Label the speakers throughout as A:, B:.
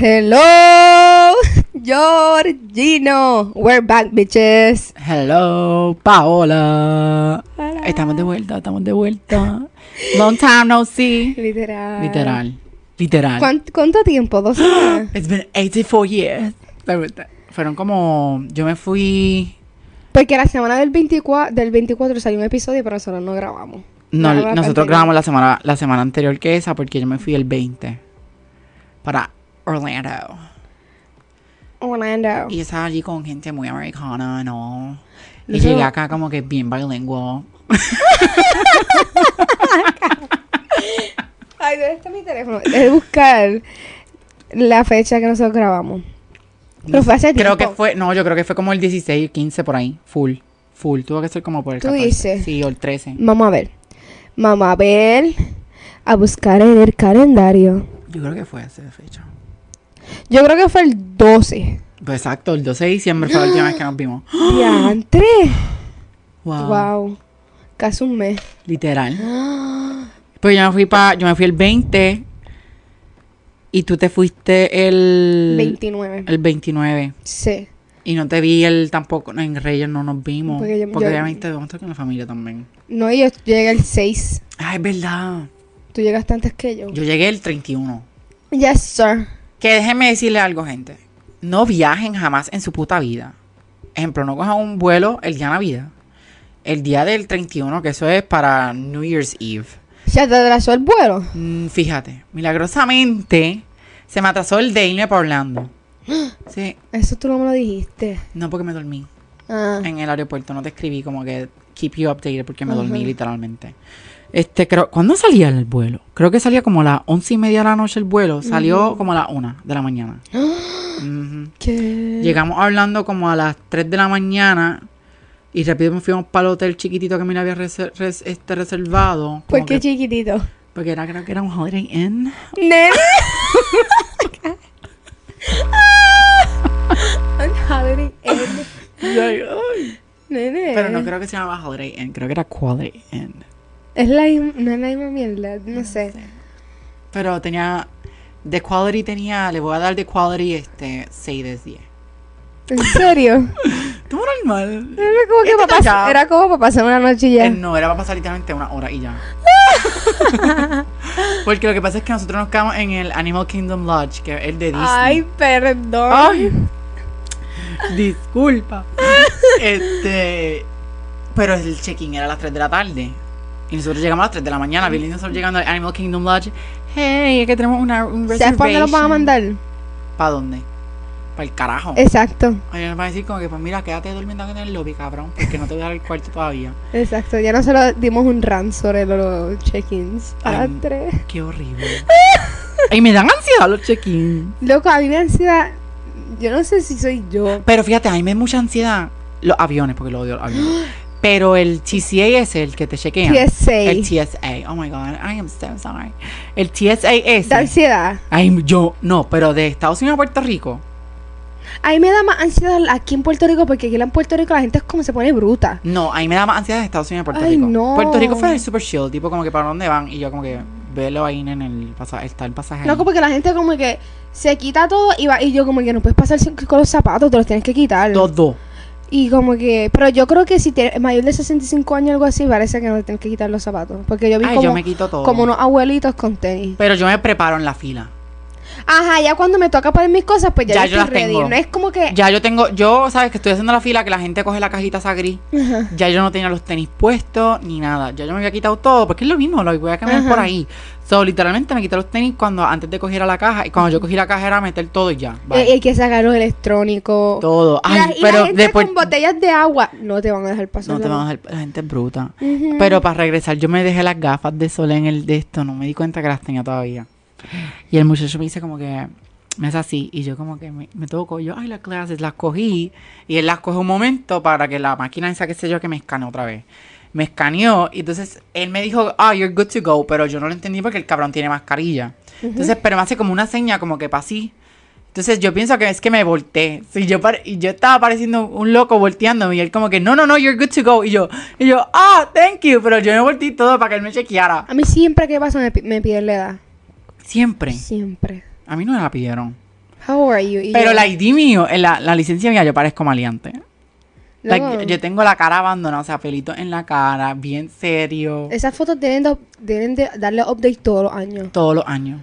A: Hello, Georgino. We're back, bitches.
B: Hello, Paola. Estamos de vuelta, estamos de vuelta. Long time no see.
A: Literal.
B: Literal, ¡Ah! literal.
A: ¿Cuán- ¿Cuánto tiempo? ¿Dos semanas?
B: It's been 84 years. La verdad. Fueron como. Yo me fui.
A: Porque la semana del 24, del 24 salió un episodio, pero nosotros no grabamos.
B: No,
A: Grabamos
B: nosotros
A: anterior.
B: grabamos la semana, la semana anterior que esa porque yo me fui el 20 para Orlando.
A: Orlando.
B: Y estaba allí con gente muy americana, ¿no? Y
A: Eso-
B: llegué acá como que bien bilingüe.
A: Ay, ¿dónde está mi teléfono? Es buscar la fecha que nosotros grabamos. Pero fue hace
B: Creo
A: tiempo.
B: que fue, no, yo creo que fue como el 16, 15 por ahí, full, full. Tuvo que ser como por el
A: Tú
B: 14.
A: dices.
B: Sí, o el 13.
A: Vamos a ver. Vamos a ver. A buscar en el calendario.
B: Yo creo que fue esa fecha.
A: Yo creo que fue el 12.
B: Pues exacto, el 12 de diciembre fue la última vez que nos vimos.
A: ¡Diantre!
B: Wow.
A: Wow. Casi un mes.
B: Literal. Pues yo me fui pa, yo me fui el 20 y tú te fuiste el
A: 29.
B: el 29
A: Sí.
B: y no te vi el tampoco no, en Reyes no nos vimos
A: Porque
B: porque,
A: yo- yo-
B: obviamente vamos a estar con la familia también.
A: No, y yo llegué el 6.
B: Ah, es verdad.
A: Tú llegaste antes que yo.
B: Yo llegué el 31.
A: Yes, sir.
B: Que déjenme decirle algo, gente. No viajen jamás en su puta vida. Ejemplo, no cojan un vuelo el día de Navidad. El día del 31, que eso es para New Year's Eve.
A: ¿Ya te atrasó el vuelo?
B: Mm, fíjate, milagrosamente se me atrasó el de irme para Orlando. Sí,
A: Eso tú no me lo dijiste.
B: no porque me dormí
A: Ah.
B: en el aeropuerto. No te escribí como que keep you updated porque me dormí
A: Ajá.
B: literalmente. Este, creo, ¿cuándo salía el vuelo? Creo que salía como a las once y media de la noche el vuelo. Salió como a las una de la mañana. Ujú.
A: ¿Qué?
B: Llegamos hablando como a las 3 de la mañana y rápido me fuimos para el hotel chiquitito que me había reser- res- este, reservado. como
A: ¿Por Pues qué
B: que-
A: chiquitito?
B: porque era, creo que era un Holiday Inn.
A: ¡Nene! Un holiday inn. Nene.
B: Pero no creo que se llamaba Holiday Inn, creo que era Quality Inn.
A: Es la, im- no es la misma mierda, no sé.
B: Pero tenía, de Quality tenía, le voy a dar de Quality este 6 de 10.
A: ¿En serio?
B: Estuvo normal.
A: Era como, que
B: Este
A: para pas-
B: callado.
A: era como para pasar una noche y ya.
B: Eh, no, era para pasar literalmente una hora y ya. Porque lo que pasa es que nosotros nos quedamos en el Animal Kingdom Lodge, que es el de Disney.
A: Ay, perdón.
B: Ay, disculpa. Este, pero el check-in era a las 3 de la tarde. Y nosotros llegamos a las 3 de la mañana. Bien lindo, nosotros llegando al Animal Kingdom Lodge. Hey, es que tenemos una, un
A: ¿Sabes
B: reservation.
A: para dónde los van a mandar?
B: ¿Para dónde? Para el carajo.
A: Exacto,
B: Ahí nos van a decir como que, pues mira, quédate durmiendo aquí en el lobby, cabrón, porque no te voy a dar el cuarto todavía.
A: exacto. Ya nosotros dimos un rant sobre los check-ins. Ah,
B: Ay.
A: tres.
B: Qué horrible. y me dan ansiedad los check-in.
A: Loco, a mí me da ansiedad. Yo no sé si soy yo.
B: Pero fíjate, a mí me da mucha ansiedad los aviones, porque lo odio los aviones. Pero el TCA es el que te chequean. El
A: TSA.
B: TSA. Oh my God, I am so sorry. El TSA es.
A: Da ansiedad.
B: Ay, yo, no, pero de Estados Unidos a Puerto Rico.
A: A mí me da más ansiedad aquí en Puerto Rico porque aquí en Puerto Rico la gente es como se pone bruta.
B: No, ahí me da más ansiedad de Estados Unidos a Puerto
A: Ay,
B: Rico.
A: no.
B: Puerto Rico fue el super chill, tipo como que para dónde van. Y yo, como que velo ahí en el pasaje. Está el pasaje. ahí.
A: Loco, pues, porque la gente como que se quita todo y va y yo como que no puedes pasar sin- con los zapatos, te los tienes que quitar.
B: Todo.
A: Y como que, pero yo creo que si tienes mayor de 65 años o algo así, parece que no te tienes que quitar los zapatos. Porque yo vi
B: Ay,
A: como,
B: yo me quito todo.
A: como unos abuelitos con tenis.
B: Pero yo me preparo en la fila.
A: Ajá, ya cuando me toca poner mis cosas, pues ya,
B: Ya
A: yo
B: yo
A: estoy
B: las
A: ready.
B: tengo.
A: No es como que.
B: Ya yo tengo, yo, sabes que estoy haciendo la fila que la gente coge la cajita esa gris.
A: Ajá.
B: Ya yo no tenía los tenis puestos ni nada. Ya yo me había quitado todo, porque es lo mismo, lo que voy a caminar
A: Ajá.
B: por ahí. So, literalmente me quité los tenis cuando antes de cogiera la caja. Y cuando yo cogí la caja era meter todo y ya. bye.
A: Eh, hay que sacar los electrónicos.
B: todo.
A: Y
B: Ay,
A: la- y la
B: pero
A: gente
B: después.
A: con botellas de agua no te van a dejar pasar.
B: No te
A: la-
B: van a dejar- la gente es bruta.
A: Ujú.
B: Pero para regresar, yo me dejé las gafas de sol en el de esto, no me di cuenta que las tenía todavía. Y el muchacho me dice como que, me hace así, y yo como que me, me toco, yo, ay, las clases, las cogí, y él las coge un momento para que la máquina esa, qué sé yo, que me escaneó otra vez. Me escaneó, y entonces él me dijo, ah, you're good to go, pero yo no lo entendí porque el cabrón tiene mascarilla. Entonces, pero me hace como una seña, como que para así. Entonces yo pienso que es que me volteé. Sí, yo pare- y yo estaba pareciendo un loco volteándome y él como que, no, no, no, you're good to go. Y yo, y yo, ah, thank you. Pero yo me volteé y todo para que él me chequeara.
A: A mí siempre que pasa me, pi- me piden la edad.
B: Siempre.
A: Siempre.
B: A mí no me la pidieron.
A: How are you? Y
B: Pero
A: yo,
B: la ID mío, en la, la licencia mía, yo parezco maleante. Like,
A: "Loco,
B: yo, yo tengo la cara abandonada, o sea, pelito en la cara, bien serio,
A: Esas fotos tienen de, tienen de darle update todos los años.
B: todos los años.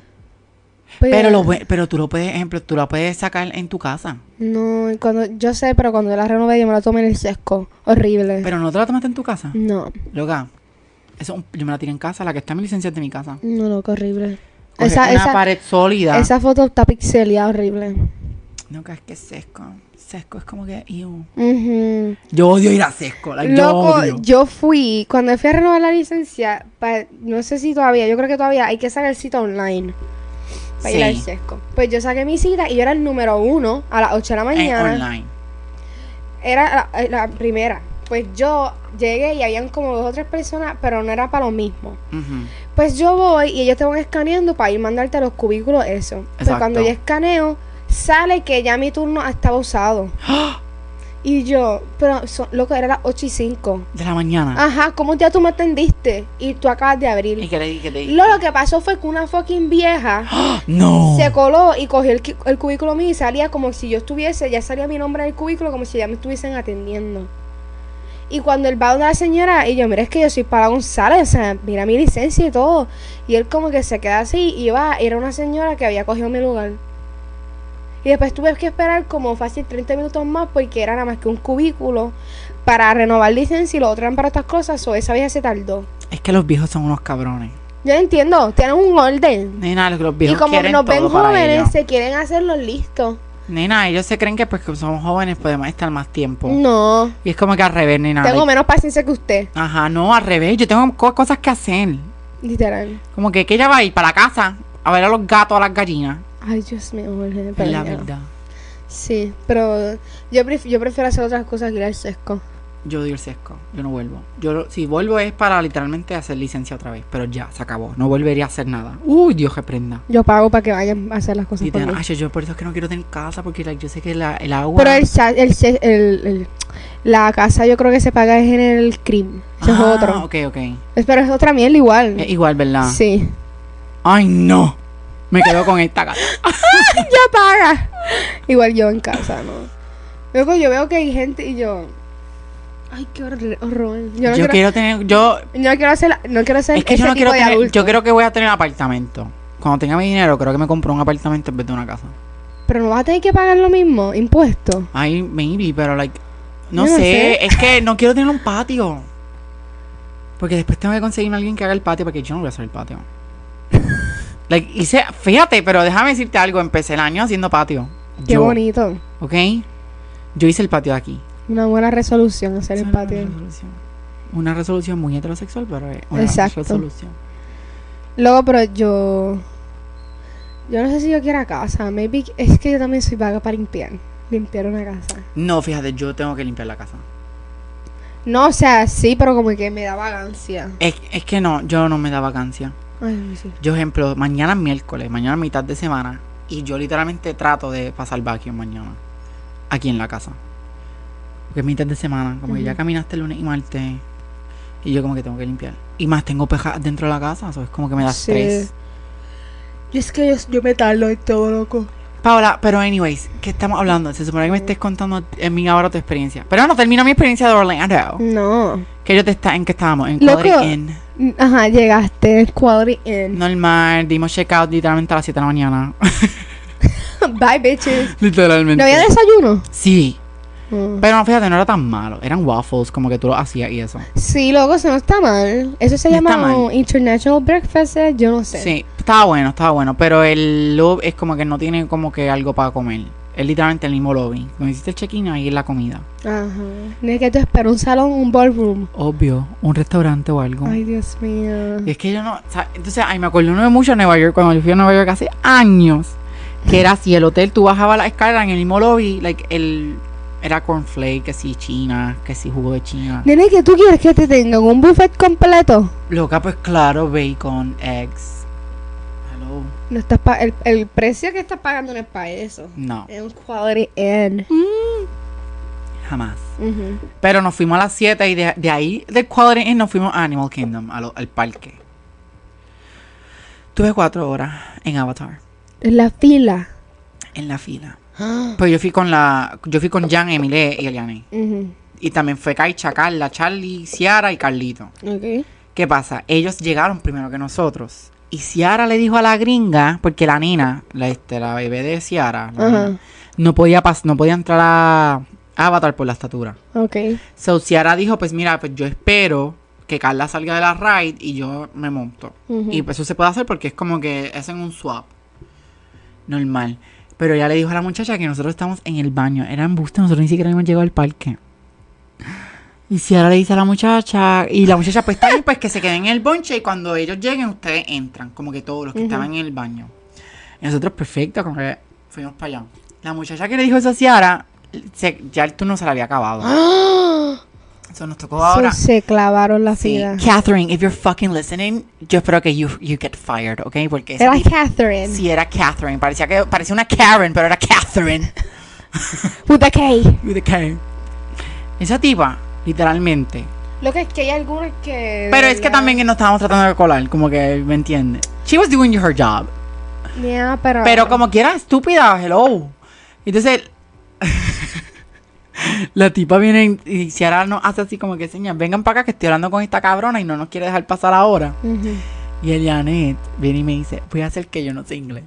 B: Pero, lo, bu- pero tú lo puedes, ejemplo, tú lo puedes sacar en tu casa.
A: No, y cuando, yo sé, pero cuando la renové yo me la tomé en el sesco. Horrible.
B: Pero no te la tomaste en tu casa.
A: no,
B: Loca, eso es un- yo me la tiré en casa, la que está en mi licencia es de mi casa.
A: no, loco, horrible.
B: Coger
A: Esa,
B: una
A: esa,
B: pared sólida.
A: esa foto está pixelada, horrible.
B: No, que es que sesco. Sesco es como que. ew.
A: Ujú.
B: Yo odio ir a sesco. like,
A: Loco,
B: yo odio.
A: yo fui, cuando fui a renovar la licencia, pa- no sé si todavía, yo creo que todavía hay que sacar cita online para ir al
B: Sí,
A: sesco. Pues yo saqué mi cita y yo era el número uno a las 8 de la
B: en
A: mañana.
B: Eh, online.
A: Era la, eh, la primera. Pues yo llegué y habían como dos o tres personas, pero no era para lo mismo.
B: Ujú.
A: Pues yo voy y ellos te van escaneando para ir mandarte a los cubículos eso. Pues
B: Exacto.
A: cuando yo escaneo, sale que ya mi turno estaba usado. Y yo, pero son- loco, era las 8 y 5.
B: De la mañana.
A: Ajá, ¿cómo ya tú me atendiste? Y tú acabas de
B: Y
A: abrir.
B: que le- que te-
A: Lo, lo que pasó fue que una fucking vieja
B: ¡Ah! No.
A: se coló y cogió el, cu- el cubículo mío y salía como si yo estuviese, ya salía mi nombre del cubículo como si ya me estuviesen atendiendo. Y cuando él va a la señora y yo, mira, es que yo soy para González, o sea, mira mi licencia y todo. Y él como que se queda así y va, era una señora que había cogido mi lugar. Y después tuve que esperar como fácil 30 minutos más porque era nada más que un cubículo para renovar licencia y lo otro eran para otras cosas, o esa vieja se tardó.
B: Es que los viejos son unos cabrones.
A: Yo entiendo, tienen un orden.
B: Nena, los- los
A: Y
B: viejos
A: como
B: quieren
A: nos ven
B: todo para
A: jóvenes,
B: ellos.
A: se quieren hacerlos listos.
B: Nena, ellos se creen que pues que somos jóvenes podemos estar más tiempo.
A: No,
B: Y es como que al revés, nena.
A: tengo
B: like-
A: menos paciencia que usted,
B: Ajá, no, al revés. Yo tengo co- cosas que hacer.
A: literal.
B: Como que, que ella va a ir para la casa a ver a los gatos, a las gallinas.
A: Ay, Dios mío, Jorge,
B: Es
A: pero ya.
B: la verdad.
A: Sí, pero yo, pref- yo prefiero hacer otras cosas que ir al sesco.
B: Yo odio el sesco, yo no vuelvo. Yo lo- si vuelvo es para literalmente hacer licencia otra vez, pero ya, se acabó. No volvería a hacer nada. Uy, Dios que prenda.
A: Yo pago para que vayan a hacer las cosas
B: Y
A: por
B: te-
A: mí.
B: ay, yo, yo por eso es que no quiero tener casa, porque like, yo sé que la- el agua.
A: Pero el, sa- el, se- el- el- la casa yo creo que se paga es en el CRIM. Eso
B: Ah,
A: es otro.
B: Ok, ok.
A: Es- Pero es otra miel igual.
B: Es igual, ¿verdad?
A: Sí.
B: Ay, no. Me quedo con esta gata.
A: Ya paga. Igual yo en casa, ¿no? Luego yo veo que hay gente y yo... Ay, qué horror. horror. Yo
B: Yo,
A: no quiero...
B: quiero... tener. Yo.
A: Yo no quiero hacer, no quiero hacer
B: Es que
A: ese
B: yo no
A: tipo
B: quiero
A: de
B: tener.
A: adulto.
B: Yo creo que voy a tener apartamento. Cuando tenga mi dinero, creo que me compro un apartamento en vez de una casa.
A: Pero no vas a tener que pagar lo mismo, impuestos.
B: Ay, maybe, pero like. No,
A: Yo no
B: sé,
A: sé.
B: es que no quiero tener un patio. Porque después tengo que conseguir a alguien que haga el patio, porque yo no voy a hacer el patio. like, hice. Fíjate, pero déjame decirte algo. Empecé el año haciendo patio.
A: Qué
B: Yo,
A: bonito.
B: ¿Ok? Yo hice el patio de aquí.
A: Una buena resolución hacer
B: Esa
A: el
B: era una
A: patio.
B: resolución. Una resolución muy heterosexual, pero es una
A: Exacto.
B: resolución.
A: Luego, pero yo. Yo no sé si yo quiera casa. Maybe es que yo también soy vaga para limpiar. Limpiar una casa.
B: No, fíjate, yo tengo que limpiar la casa.
A: No, o sea, sí, pero como que me da vagancia.
B: Es, es que no, yo no me da vacancia.
A: Ay, sí.
B: Yo, ejemplo, mañana es miércoles, mañana es mitad de semana, y yo literalmente trato de pasar vacuum mañana, aquí en la casa. Porque es mitad de semana, como que ya
A: Ujú.
B: caminaste el lunes y martes, y yo como que tengo que limpiar. Y más, tengo pejas dentro de la casa, eso es como que me da
A: Sí.
B: estrés.
A: Y es que yo, yo me tardo en todo, loco.
B: Paola, pero anyways, ¿qué estamos hablando? Se supone que me estés contando en mi ahora tu experiencia. Pero no, termina mi experiencia de Orlando.
A: No.
B: Que yo te está, ¿en qué estábamos? En
A: Loco.
B: Quality Inn.
A: Ajá, llegaste. Quality in.
B: Normal, dimos checkout literalmente a las 7 de la mañana.
A: Bye, bitches. ¿No
B: literalmente.
A: había desayuno?
B: Sí,
A: Mm.
B: Pero fíjate, no era tan malo. Eran waffles, como que tú lo hacías y eso.
A: Sí, loco, eso no está mal. Eso se
B: No está
A: llama
B: mal.
A: International Breakfast, eh, yo no
B: Sí.
A: sé.
B: estaba bueno, estaba bueno. Pero el lobby es como que no tiene como que algo para comer. Es literalmente el mismo lobby. Cuando hiciste el check-in, ahí es la comida.
A: Ajá. No es que tú esperas un salón, un ballroom.
B: Obvio, un restaurante o algo.
A: Ay, Dios mío.
B: Y es que yo no. o sea, entonces, ay, me acuerdo uno de mucho en Nueva York, cuando yo fui a Nueva York hace años. Que era así: el hotel, tú bajabas la escalera en el mismo lobby, like el. Era cornflake, que sí, China, que sí, jugo de China.
A: Nene, que tú quieres que te tengan un buffet completo.
B: Loca, pues claro, bacon, eggs. Hello.
A: No estás pa- el, el precio que estás pagando no es para eso.
B: No,
A: Es un quality end.
B: jamás. Pero nos fuimos a las 7 y de, de ahí, del Quality Inn, nos fuimos a Animal Kingdom, a lo- al parque. Tuve cuatro horas en Avatar.
A: En la fila.
B: en la fila. Pues yo fui con la, yo fui con Jan, Emile y Eliane.
A: Ujú.
B: Y también fue Caicha, Carla, Charlie, Ciara y Carlito.
A: Ok.
B: ¿Qué pasa? Ellos llegaron primero que nosotros. Y Ciara le dijo a la gringa, porque la nena, la, este, la bebé de Ciara, la
A: Ajá.
B: nena, no podía pas- no podía entrar a Avatar por la estatura.
A: Ok.
B: So Ciara dijo, pues mira, pues yo espero que Carla salga de la ride y yo me monto.
A: Ujú.
B: Y pues eso se puede hacer porque es como que hacen un swap. Normal. Pero ella le dijo a la muchacha que nosotros estamos en el baño. Era embuste, nosotros ni siquiera habíamos llegado al parque. Y Ciara le dice a la muchacha, y la muchacha pues está ahí, pues que se quede en el bonche y cuando ellos lleguen ustedes entran, como que todos los que
A: Ujú.
B: estaban en el baño. Y nosotros perfecto, como que fuimos para allá. La muchacha que le dijo eso a Ciara, se- ya el turno se le había acabado.
A: ¡Ah!
B: Eso nos tocó ahora.
A: So, se clavaron la
B: Sí,
A: vida.
B: Catherine, if you're fucking listening, yo espero que you, you get fired, ¿ok? Porque esa
A: Era
B: tipa-
A: Catherine.
B: sí era Catherine, parecía que parecía una Karen, pero era Catherine.
A: With a K.
B: With a K. Esa tipa, literalmente.
A: Lo que es que hay algunas que.
B: Pero es que también nos estábamos tratando de colar, como que, ¿me entiendes? She was doing her job.
A: Yeah, pero.
B: Pero como quiera, estúpida, hello. Entonces, la tipa viene y Ciara nos hace así como que señas, vengan para acá que estoy hablando con esta cabrona y no nos quiere dejar pasar ahora.
A: Ujú.
B: Y el Janet viene y me dice, voy a hacer que yo no sé inglés.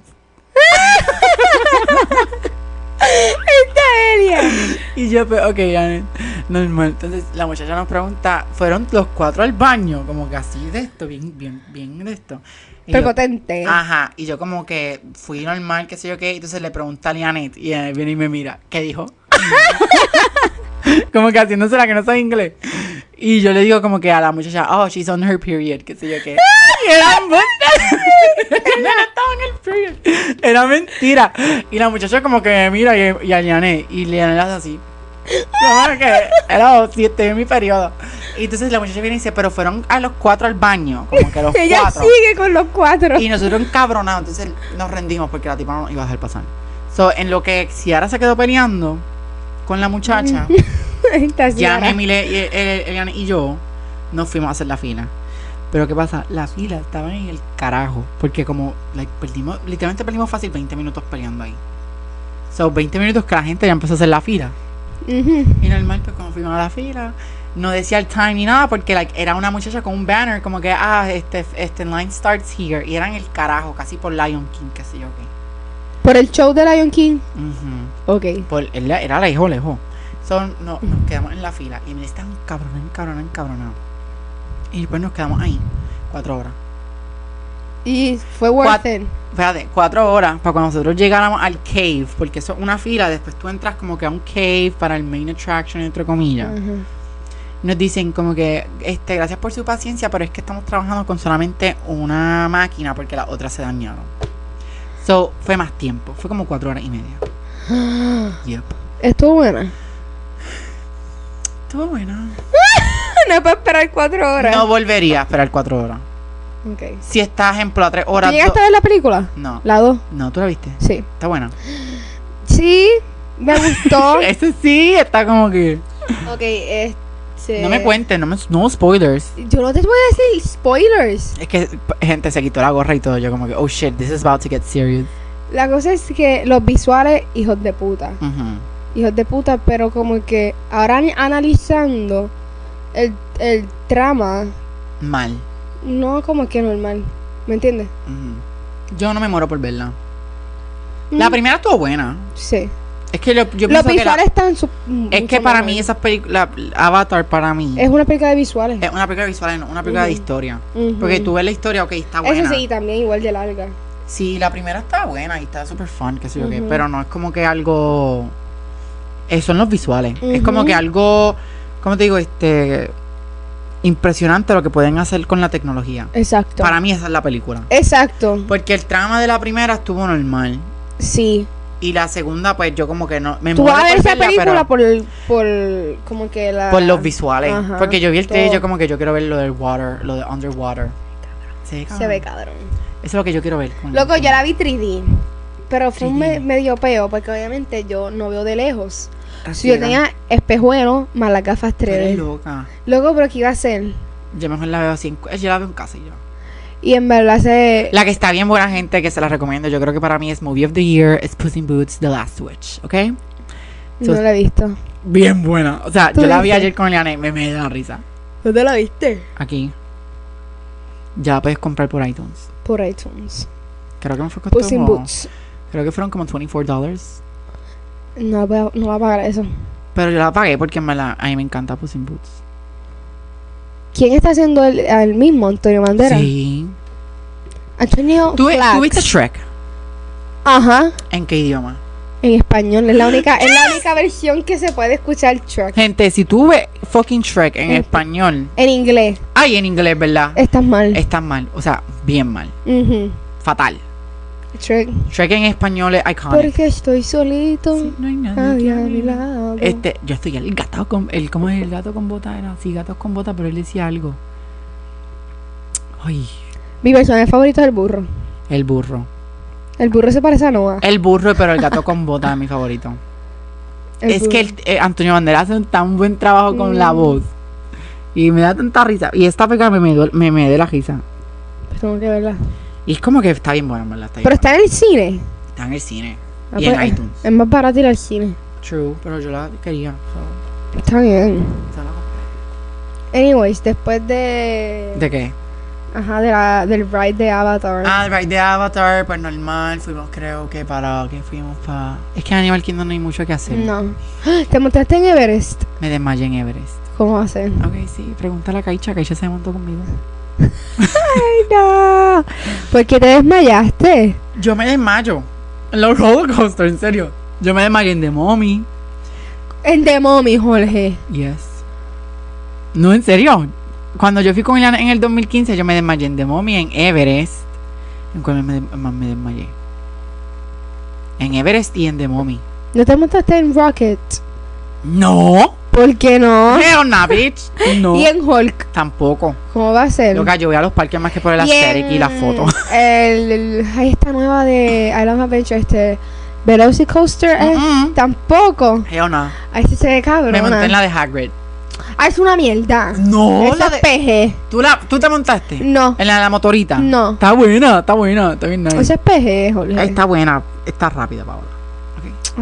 A: Esta Elia.
B: Y yo, pues, ok, Janet, normal. Entonces la muchacha nos pregunta, ¿fueron los cuatro al baño? Como que así de esto, bien, bien, bien de esto. Y yo,
A: Prepotente.
B: Ajá, y yo como que fui normal, qué sé yo qué, entonces le pregunté a Janet y Janet viene y me mira, ¿qué dijo? como que haciéndose la que no sabe inglés. Y yo le digo como que a la muchacha, oh, she's on her period, qué sé yo qué. Y era mentira. estaba en el
A: Ah,
B: period. Era mentira. Y la muchacha como que me mira y, y a Janet, y Janet hace así. Como que era si estoy en mi periodo. Y entonces la muchacha viene y dice, pero fueron a los cuatro al baño, como que a los
A: Ella
B: cuatro.
A: sigue con los cuatro.
B: Y nosotros encabronados, entonces nos rendimos porque la tipa no nos iba a dejar pasar. So, en lo que Ciara se quedó peleando con la muchacha,
A: Esta
B: ya eh,
A: señora.
B: Emile y, el- el- Eliane y yo nos fuimos a hacer la fila. Pero ¿qué pasa? La fila estaba en el carajo. Porque como like, perdimos, literalmente perdimos fácil 20 minutos peleando ahí. So, 20 minutos que la gente ya empezó a hacer la fila.
A: Ujú.
B: Y normal, pues cuando fuimos a la fila, no decía el time ni nada, porque like, era una muchacha con un banner, como que, ah, este, este line starts here. Y eran el carajo, casi por Lion King, qué sé yo qué.
A: Por el show de Lion King.
B: Ujú.
A: Ok.
B: Por- era, era lejos, lejos. So, no, nos quedamos en la fila. Y me está un cabrón, un cabrón, un cabronado. Y después nos quedamos ahí, cuatro horas.
A: Y fue worth
B: Cuatro.
A: it.
B: Espérate, cuatro horas para cuando nosotros llegáramos al cave, porque eso es una fila, después tú entras como que a un cave para el main attraction, entre comillas.
A: Ajá.
B: nos dicen como que este gracias por su paciencia pero es que estamos trabajando con solamente una máquina porque las otras se dañaron so fue más tiempo fue como cuatro horas y media yep
A: Estuvo buena.
B: estuvo buena
A: Ah, No para esperar cuatro horas.
B: no volvería a esperar cuatro horas
A: Ok.
B: si estás ejemplo a tres
A: ¿Tú
B: horas
A: llegaste a
B: do-
A: ver la película?
B: no
A: La dos.
B: no tú la viste
A: Sí.
B: está buena
A: Sí, me gustó.
B: ese sí está como que
A: ok, este.
B: no me cuentes no me no spoilers
A: Yo no te voy a decir spoilers.
B: es que p- gente se quitó la gorra y todo yo como que oh shit this is about to get serious
A: La cosa es que los visuales, hijos de puta.
B: Ujú.
A: Hijos de puta, pero como que ahora ni- analizando el, el trama,
B: mal
A: no como que normal. ¿Me entiendes?
B: Ujú. yo no me muero por verla La
A: Mm,
B: primera estuvo buena.
A: Sí.
B: Es que lo- yo
A: Los
B: pienso que la-
A: visuales están. su-
B: es que
A: mucho
B: para
A: mejor.
B: mí esas películas Avatar para mí
A: Es
B: es,
A: una película de visuales.
B: una película visual, no una película de
A: Ujú.
B: historia.
A: Ujú.
B: Eh, Porque tú ves la historia, ok, está
A: Eso
B: buena.
A: sí, también igual de larga.
B: Sí, la primera está buena y está súper fun, qué sé yo qué,
A: Ujú.
B: pero no es como que algo eh, son los visuales. Es
A: Ujú.
B: como que algo ¿cómo te digo? Este impresionante lo que pueden hacer con la tecnología.
A: Exacto.
B: Para mí esa es la película.
A: Exacto.
B: Porque el trama de la primera estuvo normal.
A: Sí.
B: Y la segunda, pues yo como que no. Me
A: Tú
B: muero
A: vas a ver
B: por
A: esa
B: verla,
A: película
B: pero-
A: por, por como que la
B: Por los visuales.
A: Ajá,
B: porque yo vi el
A: todo.
B: trailer, yo como que yo quiero ver lo del water, lo de underwater. Se ve
A: Se
B: cabrón.
A: ve cabrón.
B: Eso es lo que yo quiero ver. con-
A: Loco,
B: con-
A: yo la vi 3D, pero fue un
B: 3D.
A: me- medio peo porque obviamente yo no veo de lejos.
B: Así
A: Si yo
B: era.
A: tenía espejuelos más las gafas
B: Tú
A: 3D.
B: eres loca.
A: Loco, pero qué iba a hacer?
B: Yo mejor la veo así. en cu- Yo la veo en casa y yo.
A: Y en verdad se...
B: La que está bien buena gente, que se la recomiendo, yo creo que para mí es Movie of the Year, es Puss in Boots, The Last Witch, ¿ok? So-
A: no la he visto.
B: Bien buena. O sea,
A: ¿Tú
B: yo la vi
A: viste?
B: ayer con Eliana y me, me da risa.
A: ¿No te la viste?
B: Aquí. Ya la puedes comprar por iTunes.
A: Por iTunes.
B: Creo que me fue costó
A: Puss in
B: como-
A: Boots.
B: Creo que fueron como $24.
A: No, va- no va a pagar eso.
B: Pero yo la pagué porque me la, a mí me encanta Puss in Boots.
A: ¿Quién está haciendo el, al mismo Antonio Bandera?
B: Sí.
A: Antonio
B: ¿Tú,
A: Flax.
B: tú viste Shrek?
A: Ajá.
B: ¿En qué idioma?
A: En español. Es la única, es la única versión que se puede escuchar Shrek.
B: Gente, si tú ves fucking Shrek en
A: En-
B: español.
A: En inglés.
B: Ay, en inglés, ¿verdad?
A: Estás mal.
B: Está mal. O sea, bien mal.
A: Ujú.
B: Fatal.
A: Shrek.
B: Shrek en español es iconic.
A: Porque Ah, estoy solito.
B: Sí, no hay nadie
A: Nadie
B: a
A: a
B: mi
A: mi
B: lado.
A: lado.
B: Este, yo estoy el gato con el cómo es el gato con bota era sí gatos con bota pero él decía algo. Ay,
A: Mi personaje favorito es el burro.
B: el burro.
A: El burro se parece a Noah.
B: El burro, pero el gato con bota es mi favorito.
A: El
B: es
A: burro.
B: que el- eh, Antonio Banderas hace un tan buen trabajo con la
A: Mm.
B: voz. Y me da tanta risa. Y esta pega me me, duele- me, me de la risa.
A: Pues tengo que verla.
B: Y es como que está bien buena, en ¿verdad? Está, bien
A: Pero está en el cine.
B: buena. está en el cine.
A: Ah,
B: y en
A: pues, eh.
B: iTunes.
A: Es más barato ir al cine.
B: True, pero yo la quería. so,
A: Está bien.
B: se la compré.
A: Anyways, después de.
B: ¿De qué?
A: Ajá, de la, del ride de Avatar.
B: Ah, el ride de Avatar, pues normal, fuimos creo que para, que fuimos para... Es que en Animal Kingdom no hay mucho que hacer.
A: No. ¿Te montaste en Everest?
B: Me desmayé en Everest.
A: ¿Cómo hacen?
B: Ok, sí, pregúntale a Caicha, Caicha se montó conmigo.
A: Ay, no. ¿Por qué te desmayaste?
B: Yo me desmayo. En los roller coasters, en serio. Yo me desmayé en The Mommy.
A: En The Mommy, Jorge.
B: Yes. No, en serio. Cuando yo fui con Ilan en el 2015, yo me desmayé en The Mommy, en Everest. ¿En cuál me, de- más me desmayé? En Everest y en The Mommy.
A: ¿No te montaste en Rocket?
B: No.
A: ¿Por qué no?
B: Hell nah, bitch. No.
A: ¿Y en Hulk?
B: Tampoco.
A: ¿Cómo va a ser?
B: Loca, yo voy a los parques más que por el
A: Y
B: aesthetic y las
A: en
B: fotos.
A: El, el- ay, esta nueva de I Love Adventure, este. Velocicoaster, eh,
B: Mm-mm.
A: Tampoco.
B: Hell nah.
A: Ahí sí se ve
B: Me monté
A: cabrona.
B: en la de Hagrid.
A: Ah, es una mierda.
B: No,
A: Esa es PG.
B: ¿Tú, la, ¿Tú te montaste?
A: No.
B: ¿En la de la motorita?
A: No.
B: Está buena, está buena, está bien nice.
A: Esa es PG, Jorge.
B: está buena, está rápida, Paola.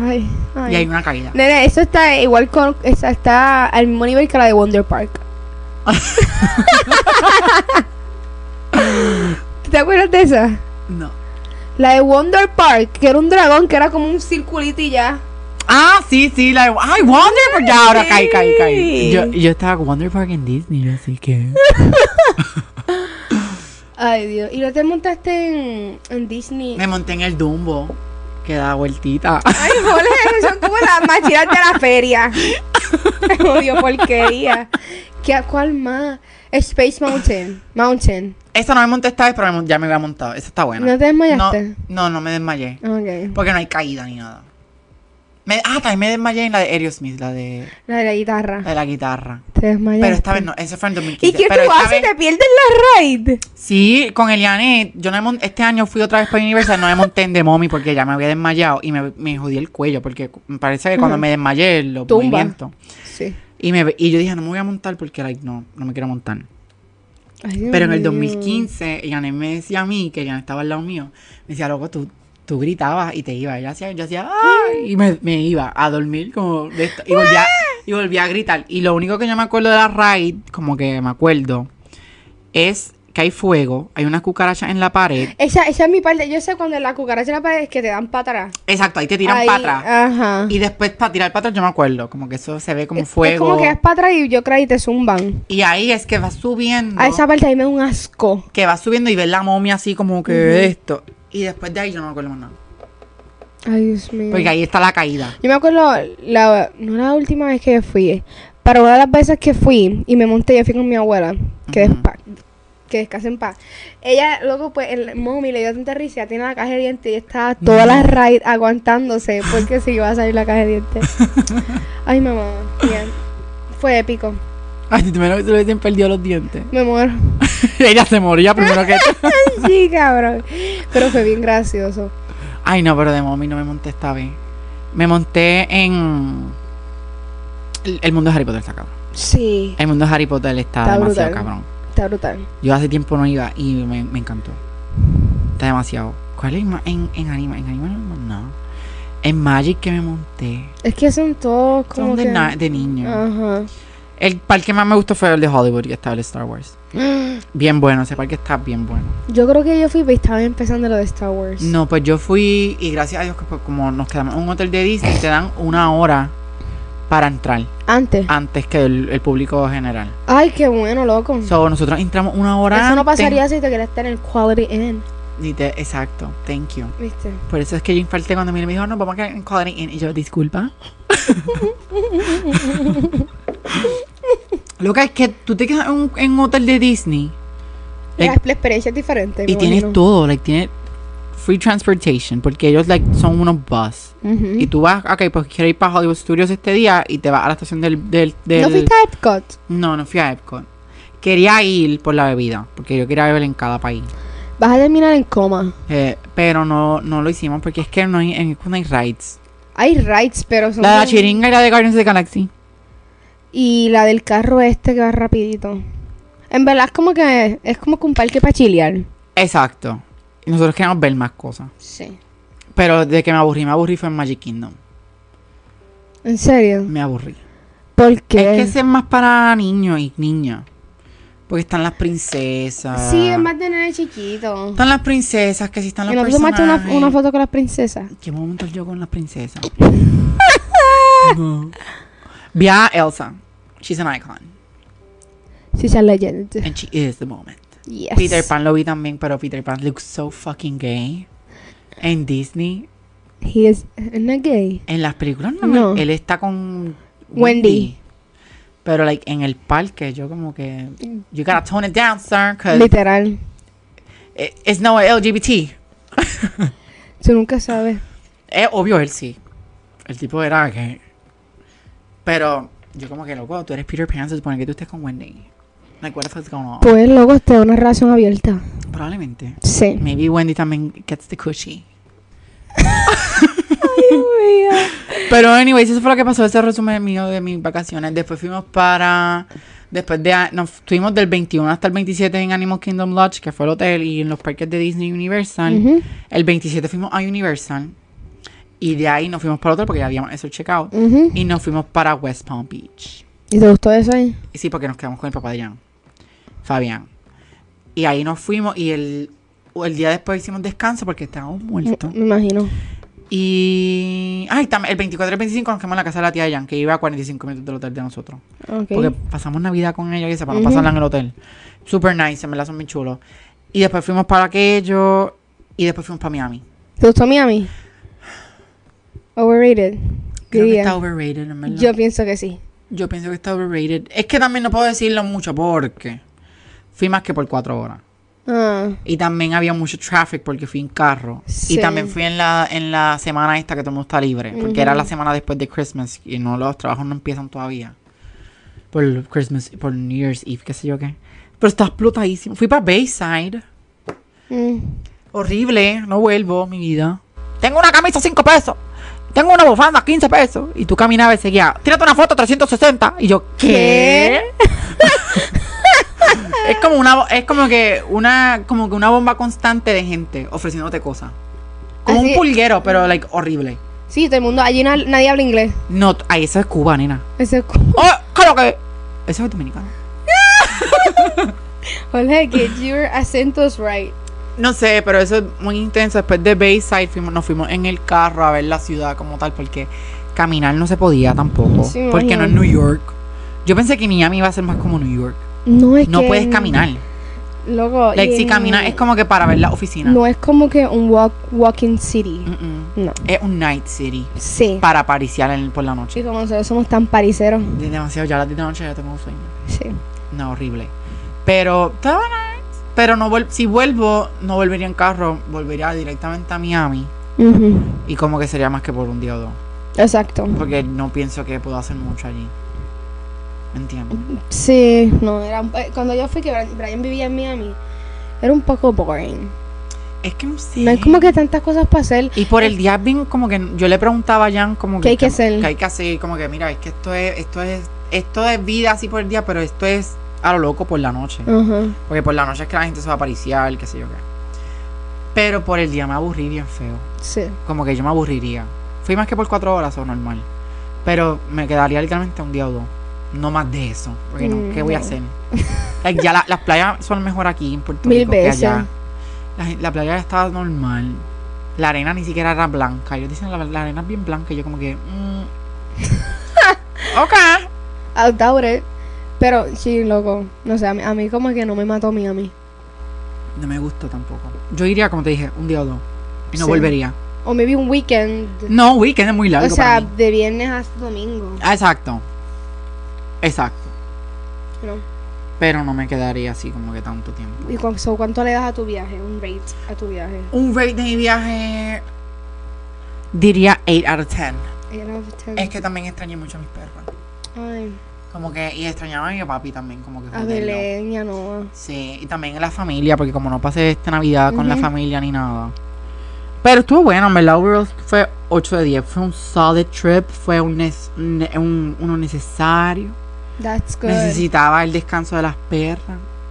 A: Ay, ay.
B: Y hay una caída.
A: Nene, eso está igual con. Esa está al mismo nivel que la de Wonder Park. ¿Tú ¿Te acuerdas de esa?
B: No.
A: La de Wonder Park, que era un dragón que era como un circulito y ya.
B: Ah, sí, sí, la de... ¡Ay, Wonder Park! Ya, ahora caí, caí, caí.
A: Sí.
B: Yo, yo estaba con Wonder Park en Disney, así que...
A: Ay, Dios. ¿Y no te montaste en, en Disney?
B: Me monté en el Dumbo, que da vueltita.
A: Ay, Jorge, son como las machinas de la feria. Odio porquería. ¿Qué, ¿Cuál más? Space Mountain. Mountain.
B: Esa no me monté esta vez, pero me mon- ya me había montado. Esa está buena.
A: ¿No te desmayaste?
B: No, no, no me desmayé.
A: Ok.
B: Porque no hay caída ni nada. Me, ah, también me desmayé en la de Aerosmith, la de,
A: La de la guitarra.
B: la de la guitarra.
A: Te desmayaste.
B: Pero esta vez no, ese fue en 2015.
A: ¿Y qué
B: pero
A: tú
B: esta
A: haces?
B: vez-
A: ¿Te pierdes la raid?
B: Sí, con Eliane, yo no me mon- este año fui otra vez para Universal, no me monté en The Mommy porque ya me había desmayado y me, me jodí el cuello porque me parece que cuando
A: Ajá.
B: me desmayé los
A: Tumba.
B: movimientos.
A: Sí.
B: Y, me, y yo dije, no me voy a montar porque like, no, no me quiero montar. Pero en el 2015, Eliane me decía a mí, que Eliane estaba al lado mío, me decía, loco, tú, tú gritabas y te ibas. Yo hacía, yo hacía, ¡ay! Y me, me iba a dormir como de esto, y, volvía, y volvía a gritar. Y lo único que yo me acuerdo de la raid, como que me acuerdo, es que hay fuego, hay unas cucarachas en la pared.
A: Esa, esa es mi parte. Yo sé cuando la cucaracha la pared es que te dan para atrás.
B: Exacto, ahí te tiran
A: Ahí, ah.
B: para atrás.
A: Ajá.
B: Y después para tirar para atrás yo me acuerdo, como que eso se ve como
A: Es-
B: fuego.
A: Es como que es para atrás y yo creo y te zumban.
B: Y ahí es que va subiendo.
A: A esa parte ahí me da un asco.
B: Que va subiendo y ves la momia así como que
A: Ujú.
B: esto. Y después de ahí yo no me acuerdo más nada.
A: Ay, Dios mío.
B: Porque ahí está la caída.
A: Yo me acuerdo, la, no la última vez que fui, eh, pero una de las veces que fui y me monté, yo fui con mi abuela, que,
B: Ujú.
A: despa- que descanse en paz. Ella, luego, pues, el mommy le dio tanta risa, ya tiene la caja de dientes y estaba toda la raid aguantándose porque se iba a salir la caja de dientes. Ay, mamá, bien. Fue épico.
B: Ay, si primero que se lo hubiesen perdido los dientes.
A: Me muero.
B: Ella se moría primero que
A: Sí, cabrón. Pero fue bien gracioso.
B: Ay, no, pero de mommy no me monté esta vez. Me monté en. El, el mundo de Harry Potter está cabrón.
A: Sí.
B: El mundo de Harry Potter está,
A: Está
B: demasiado
A: brutal.
B: cabrón.
A: Está brutal.
B: Yo hace tiempo no iba y me, me encantó. Está demasiado. ¿Cuál es ma- en, en anima? En anima no. no. En Magic que me monté.
A: Es que son todos como
B: Son de,
A: que-
B: na- de niño.
A: Ajá.
B: El parque más me gustó fue el de Hollywood que estaba el de Star Wars. Bien bueno, ese parque está bien bueno.
A: Yo creo que yo fui, estaba empezando lo de Star Wars.
B: No, pues yo fui y gracias a Dios que pues, como nos quedamos en un hotel de Disney, te dan una hora para entrar
A: Antes.
B: antes que el, el público general.
A: Ay, qué bueno, loco.
B: So, nosotros entramos una hora
A: Eso no
B: antes.
A: pasaría si te querías estar en el Quality Inn,
B: Y te- exacto, thank you.
A: ¿viste?
B: Por eso es que yo infarté cuando mi me dijo, no, vamos a quedar en Quality Inn. Y yo, disculpa. Loca, es que tú te quedas en un, en un hotel de Disney
A: La,
B: Like-
A: la experiencia es diferente.
B: Eh, y
A: me
B: tienes
A: imagino.
B: todo, like, tienes free transportation, porque ellos, like, son unos bus.
A: Ujú.
B: Y tú vas, ok, pues quiero ir para Hollywood Studios este día y te vas a la estación del... del, del-
A: ¿No fuiste a Epcot?
B: no, no fui a Epcot. Quería ir por la bebida, porque yo quería beber en cada país.
A: Vas a terminar en coma.
B: Eh, pero no, no lo hicimos porque es que no hay, en Epcot no hay rides.
A: Hay rides, pero son...
B: La de la chiringa y la de Guardians of the Galaxy.
A: Y la del carro este que va rapidito. En verdad es como que... Es como que un parque para chilear.
B: Exacto. Y nosotros queríamos ver más cosas.
A: Sí.
B: Pero de que me aburrí, me aburrí fue en Magic Kingdom.
A: ¿En serio?
B: Me aburrí.
A: ¿Por qué?
B: Es que ese es más para niños y niñas. Porque están las princesas.
A: Sí, es más de nene chiquito.
B: Están las princesas, que si están los
A: Y no te tomaste una,
B: personajes.
A: una foto con las princesas.
B: ¿Qué me voy a montar yo con las princesas? no. Vi a Elsa. She's an icon.
A: Sí, esa leyenda.
B: And she is the moment.
A: Yes.
B: Peter Pan lo vi también, pero Peter Pan looks so fucking gay. En Disney,
A: He is not gay.
B: en las películas no.
A: No.
B: Él está con
A: Wendy.
B: Pero like en el parque, yo como que you gotta tone it down, sir, because
A: Literal.
B: it's no LGBT.
A: Tú nunca sabes.
B: Es obvio él sí. El tipo era que. Pero yo como que loco, tú eres Peter Pan, se supone que tú estés con Wendy. Like what the fuck's going on?
A: Pues luego te da una relación abierta.
B: Probablemente.
A: Sí.
B: Maybe Wendy también gets the cushy. Pero, anyways, eso fue lo que pasó. Ese resumen mío de mis vacaciones. Después fuimos para. Después de. Nos estuvimos del 21 hasta el 27 en Animal Kingdom Lodge, que fue el hotel, y en los parques de Disney Universal.
A: Ujú,
B: El 27 fuimos a Universal. Y de ahí nos fuimos para el hotel porque ya habíamos hecho el checkout.
A: ujú.
B: Y nos fuimos para West Palm Beach.
A: ¿Y te gustó eso ahí?
B: Y sí, porque nos quedamos con el papá de Jan, Fabián. Y ahí nos fuimos y el, o el día después hicimos descanso porque estábamos muertos.
A: Me imagino.
B: Y. Ay, también, el 24 y el 25 nos quedamos en la casa de la tía de Jan, que iba a 45 minutos del hotel de nosotros.
A: Ok.
B: Porque pasamos Navidad con ella y esa, para no
A: Ujú.
B: pasarla en el hotel. Super nice, en verdad son muy chulos. Y después fuimos para aquello. Y después fuimos para Miami.
A: ¿Te gustó Miami? Overrated.
B: Creo que
A: diría.
B: está overrated, en verdad.
A: Yo pienso que sí.
B: Yo pienso que está overrated. Es que también no puedo decirlo mucho porque fui más que por cuatro horas.
A: Ah,
B: Y también había mucho traffic porque fui en carro.
A: Sí.
B: Y también fui en la, en la semana esta que todo el mundo está libre. Porque era la semana después de Christmas y no los trabajos no empiezan todavía. Por Christmas, por New Year's Eve, qué sé yo qué. Pero está explotadísimo. Fui para Bayside.
A: mm,
B: Horrible. No vuelvo, mi vida. Tengo una camisa 5 pesos. Tengo una bufanda 15 pesos. Y tú caminabas y seguías. Tírate una foto 360. Y yo, ¿qué? es como una es como que una como que una bomba constante de gente ofreciéndote cosas como
A: Así-
B: un pulguero pero like horrible
A: Sí, todo el mundo. Allí na- nadie habla inglés.
B: no t- ay esa es Cuba nena
A: Ese es cu-
B: oh claro que esa es dominicana
A: Jorge, get your acentos right.
B: no sé pero eso es muy intenso después de Bayside fuimos, nos fuimos en el carro a ver la ciudad como tal porque caminar no se podía tampoco
A: Sí, me
B: porque no es
A: imagino.
B: New York yo pensé que Miami iba a ser más como New York
A: No es
B: no
A: que-
B: puedes caminar
A: Loco.
B: like
A: y
B: si
A: en-
B: caminas es como que para ver la oficina
A: No es como que un walk, walking city.
B: Mm, mm.
A: No.
B: es un night city
A: Sí.
B: para pariciar en- por la noche
A: Chicos, nosotros somos tan pariceros.
B: de- demasiado ya a las 10 de la noche ya tengo un sueño.
A: Sí.
B: No, horrible. Pero estaba nice. Pero no vuel- si vuelvo, no volvería en carro, volvería directamente a Miami.
A: Ujú.
B: Y como que sería más que por un día o dos.
A: Exacto.
B: Porque no pienso que puedo hacer mucho allí. ¿Me entiendes?
A: Mm. Sí, no, era un- eh, cuando yo fui que Brian- Brian vivía en Miami, era un poco boring.
B: Es que no sé.
A: No hay como que tantas cosas para hacer.
B: Y por el día bien como que yo le preguntaba a Jan como que
A: ¿Qué hay que hacer?
B: que hay que hacer, como que mira, es que esto es esto es esto es vida así por el día, pero esto es a lo loco por la noche.
A: Ajá.
B: Porque por la noche es que la gente se va a apariciar, qué sé yo qué. Pero por el día me aburrí bien feo.
A: Sí.
B: Como que yo me aburriría. Fui más que por cuatro horas o normal. Pero me quedaría literalmente un día o dos. No más de eso. Porque no, ¿qué voy a
A: No.
B: hacer? Like, ya la- las playas son mejor aquí en Puerto
A: Mil
B: Rico
A: veces.
B: que allá. La, gen- la playa estaba normal. La arena ni siquiera era blanca. Ellos dicen la, la arena es bien blanca. Y yo como que... mm. ok.
A: I'll doubt it. Pero sí, loco. No sé, a mí, a mí como que no me mató Miami.
B: No me gustó tampoco. Yo iría, como te dije, un día o dos. Y no
A: Sí.
B: volvería.
A: O maybe un weekend.
B: No, weekend es muy largo
A: O sea,
B: para mí.
A: de viernes hasta domingo.
B: Ah, Exacto. Exacto.
A: ¿no?
B: Pero no me quedaría así como que tanto tiempo.
A: ¿Y cu- so, cuánto le das a tu viaje? Un rate a tu viaje.
B: Un rate de mi viaje... Diría 8 out of 10.
A: Eight out of ten.
B: Es que también extrañé mucho a mis perros.
A: Ay,
B: Como que... Y extrañaba a mi papi también, como que...
A: a eh.
B: joderlo.
A: Belén y a Noah.
B: Sí, y también a la familia, porque como no pasé esta Navidad con la
A: Ujú.
B: familia ni nada. Pero estuvo bueno, en verdad, overall fue 8 de 10. Fue un solid trip, fue un, nes- un ne- un- uno necesario.
A: That's good.
B: Necesitaba el descanso de las perras.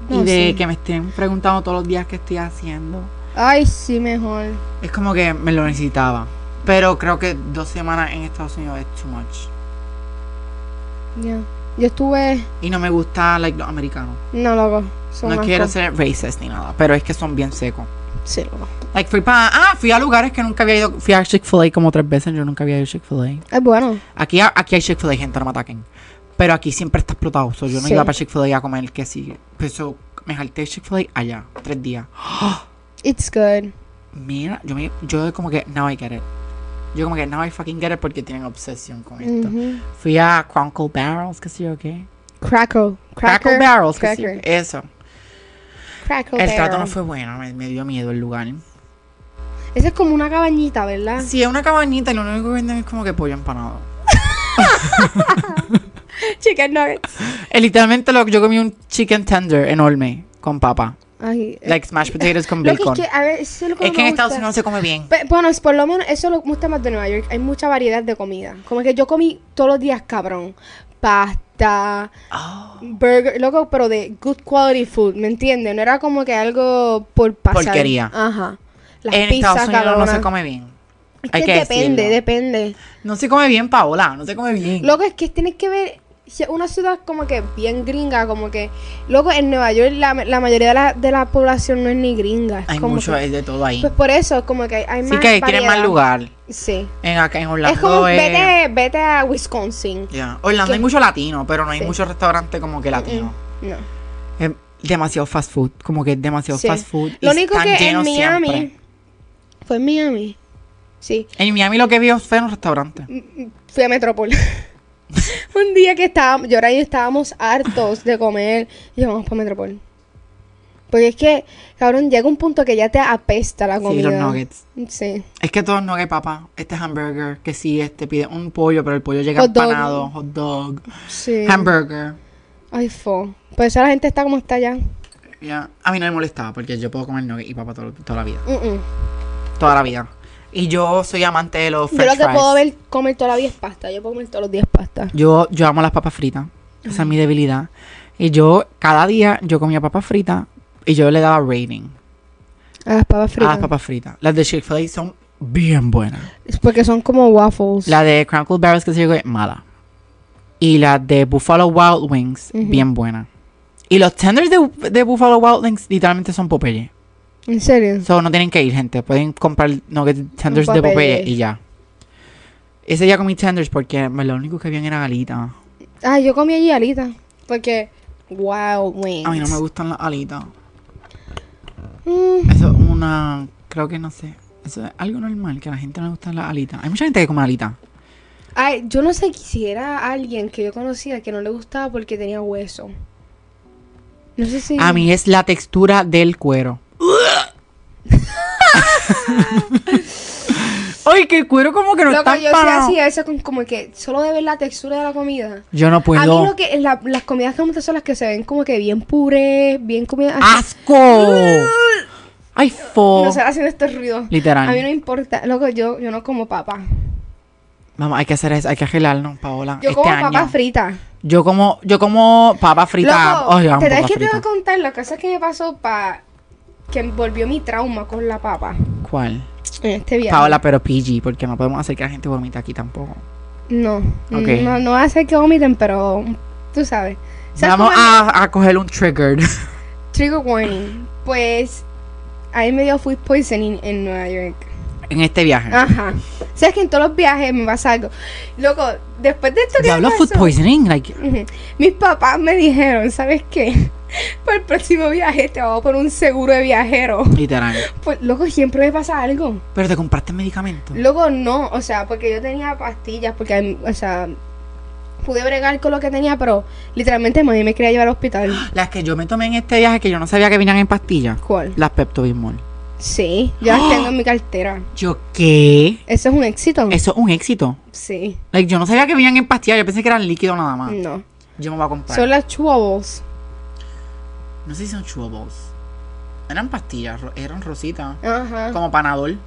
A: No,
B: y de
A: sí.
B: que me estén preguntando todos los días qué estoy haciendo.
A: Ay, sí, mejor.
B: Es como que me lo necesitaba. Pero creo que dos semanas en Estados Unidos es too much.
A: Ya. Yo estuve.
B: Y no me gusta like, los americanos.
A: No, loco. Son
B: No
A: asco.
B: quiero ser racist ni nada, pero es que son bien secos.
A: Sí, loco.
B: Like, fui pa- Ah, fui a lugares que nunca había ido. Fui a Chick-fil-A como tres veces. Yo nunca había ido a Chick-fil-A.
A: Es bueno.
B: Aquí, ha- aquí hay Chick-fil-A, gente, no me ataquen. Pero aquí siempre está explotado. so yo no
A: Sí.
B: iba para Chick-fil-A a comer, que sí. Pues, so, me jalté de Chick-fil-A allá, tres días.
A: It's good.
B: Mira, yo, me, yo como que, now I get it. Yo como que, now I fucking get it porque tienen obsesión con esto.
A: Ujú.
B: Fui a Crackle Barrels, qué sé yo qué.
A: Crackle.
B: Crackle
A: Cracker.
B: Barrels, qué sé yo
A: Cracker.
B: qué. Eso.
A: Crackle
B: El trato no
A: Barrel.
B: fue bueno, me, me dio miedo el lugar.
A: Esa es como una cabañita, ¿verdad?
B: Sí, es una cabañita y lo único que venden es como que pollo empanado.
A: Chicken nuggets.
B: Eh, literalmente lo, yo comí un chicken tender enorme con papa.
A: Ay, eh,
B: Like smashed potatoes con
A: lo que
B: bacon.
A: es que, a ver, eso es lo que
B: es
A: no
B: que en
A: me
B: Estados
A: gusta.
B: Unidos se come bien.
A: Pe- bueno, es por lo menos eso lo gusta más de Nueva York. Hay mucha variedad de comida. Como que yo comí todos los días, cabrón. Pasta,
B: Oh,
A: burger, loco, pero de good quality food, ¿me entiendes? No era como que algo por pasar.
B: Porquería.
A: Ajá. Las
B: en
A: pizzas
B: Estados Unidos
A: cabronas.
B: no se come bien.
A: Es
B: Hay
A: que,
B: que
A: depende,
B: decirlo.
A: depende.
B: No se come bien, Paola. No se come bien.
A: Loco, es que tienes que ver si es una ciudad como que bien gringa, como que... Loco, en Nueva York la, la mayoría de la, de la población no es ni gringa. es
B: hay
A: como
B: mucho
A: que-
B: es de todo ahí.
A: Pues por eso, como que hay, hay
B: Sí
A: más
B: que quieren más
A: variedad.
B: lugar.
A: Sí.
B: En, acá en Orlando
A: es como
B: es-
A: vete, vete a Wisconsin.
B: Ya. Orlando hay
A: que-
B: mucho latino, pero no hay
A: Sí.
B: mucho restaurante como que latino.
A: Mm, No.
B: Es demasiado fast food. Como que es demasiado
A: Sí.
B: fast food. y
A: Lo único
B: están
A: que en
B: llenos
A: Miami...
B: siempre.
A: Fue en Miami. Sí.
B: En Miami lo que vi fue en
A: Mm,
B: un restaurante.
A: fui a Metropol. un día que estábamos, yo ahora yo estábamos hartos de comer y yo, vamos para Metropol. Porque es que, cabrón, llega un punto que ya te apesta la
B: Sí,
A: comida.
B: los nuggets.
A: Sí.
B: Es que todos nuggets, papá. Este hamburger, que sí, este pide un pollo, pero el pollo llega
A: Hot dog.
B: empanado, hot dog,
A: sí.
B: hamburger.
A: Ay, fo. Por eso la gente está como está ya. Mm,
B: Ya. A mí no me molestaba porque yo puedo comer nuggets y papá todo- toda la vida.
A: mm.
B: Toda la vida. Y yo soy amante de los
A: Yo
B: french
A: lo que
B: fries.
A: puedo ver, comer toda la vida es pasta. Yo puedo comer todos los días pasta.
B: Yo, yo amo las papas fritas. Esa es mi debilidad. Y yo, cada día, yo comía papas fritas y yo le daba rating
A: A las papas
B: a
A: fritas.
B: las papas fritas. Las de Chick-fil-A son bien buenas.
A: Es porque son como waffles.
B: La de Crackle Barrels, que se yo, qué, mala. Y la de Buffalo Wild Wings,
A: Ujú.
B: bien buena. Y los tenders de, de Buffalo Wild Wings literalmente son Popeye.
A: ¿En serio?
B: So, no tienen que ir, gente. Pueden comprar nuggets tenders de
A: Popeye.
B: Popeye y ya. Ese día comí tenders porque me- lo único que habían era galita.
A: Ah, yo comí allí alitas. Porque, wow, wings.
B: A mí no me gustan las alitas.
A: Mm.
B: Eso es una... Creo que no sé. Eso es algo normal, que a la gente no le gustan las alitas. Hay mucha gente que come alitas.
A: Ay, yo no sé si era alguien que yo conocía que no le gustaba porque tenía hueso. No sé si.
B: A mí es la textura del cuero. Ay, que el cuero como que no
A: Loco,
B: está
A: yo sí
B: empanado.
A: hacía eso con como que solo de ver la textura de la comida.
B: Yo no
A: A mí
B: puedo.
A: lo que la- las comidas que me gustan son las que se ven como que bien puré, bien comida.
B: Ah,
A: así.
B: ¡Asco! ¡Ay, fo!
A: No se hacen estos ruidos.
B: Literal.
A: A mí no me importa. Loco, yo, yo no como papa.
B: Vamos, hay que hacer eso, hay que arreglarnos, Paola.
A: Yo
B: este
A: como
B: año.
A: papas fritas.
B: Yo como, yo como papa frita.
A: Loco,
B: Ay, yo amo
A: te
B: papa
A: que te voy
B: frita.
A: a contar la cosa que me pasó para que envolvió mi trauma con la papa
B: ¿Cuál?
A: en este viaje.
B: Paola, pero PG, porque no podemos hacer que la gente vomita aquí tampoco.
A: No,
B: Ok.
A: no, no hace que vomiten, pero tú sabes. ¿Sabes
B: Vamos
A: cómo es?
B: a, a coger un triggered.
A: Trigger warning. Pues ahí me dio food poisoning en Nueva York.
B: en este viaje.
A: Ajá. Sabes que en todos los viajes me pasa algo. Loco, después de esto que
B: ¿Te
A: me
B: hablo
A: pasó,
B: food poisoning? Like,
A: Ujú. Mis papás me dijeron, ¿sabes qué? Para el próximo viaje te vamos a poner un seguro de viajero.
B: literal.
A: Pues, loco, siempre me pasa algo.
B: Pero te compraste medicamento.
A: Luego no, o sea, porque yo tenía pastillas, porque, a mí- o sea, pude bregar con lo que tenía, pero literalmente mami me quería llevar al hospital.
B: Las que yo me tomé en este viaje que yo no sabía que venían en pastillas.
A: ¿Cuál?
B: Las Pepto Bismol.
A: Sí, yo las tengo en mi cartera.
B: Yo, ¿qué?
A: ¿Eso es un éxito?
B: Eso es un éxito.
A: Sí,
B: Like, yo no sabía que venían en pastillas. Yo pensé que eran líquidos nada más.
A: no.
B: Yo me voy a comprar.
A: Son las chuavos.
B: No sé si son chewables. Eran pastillas. ro- Eran rositas.
A: Ajá.
B: Como panadol.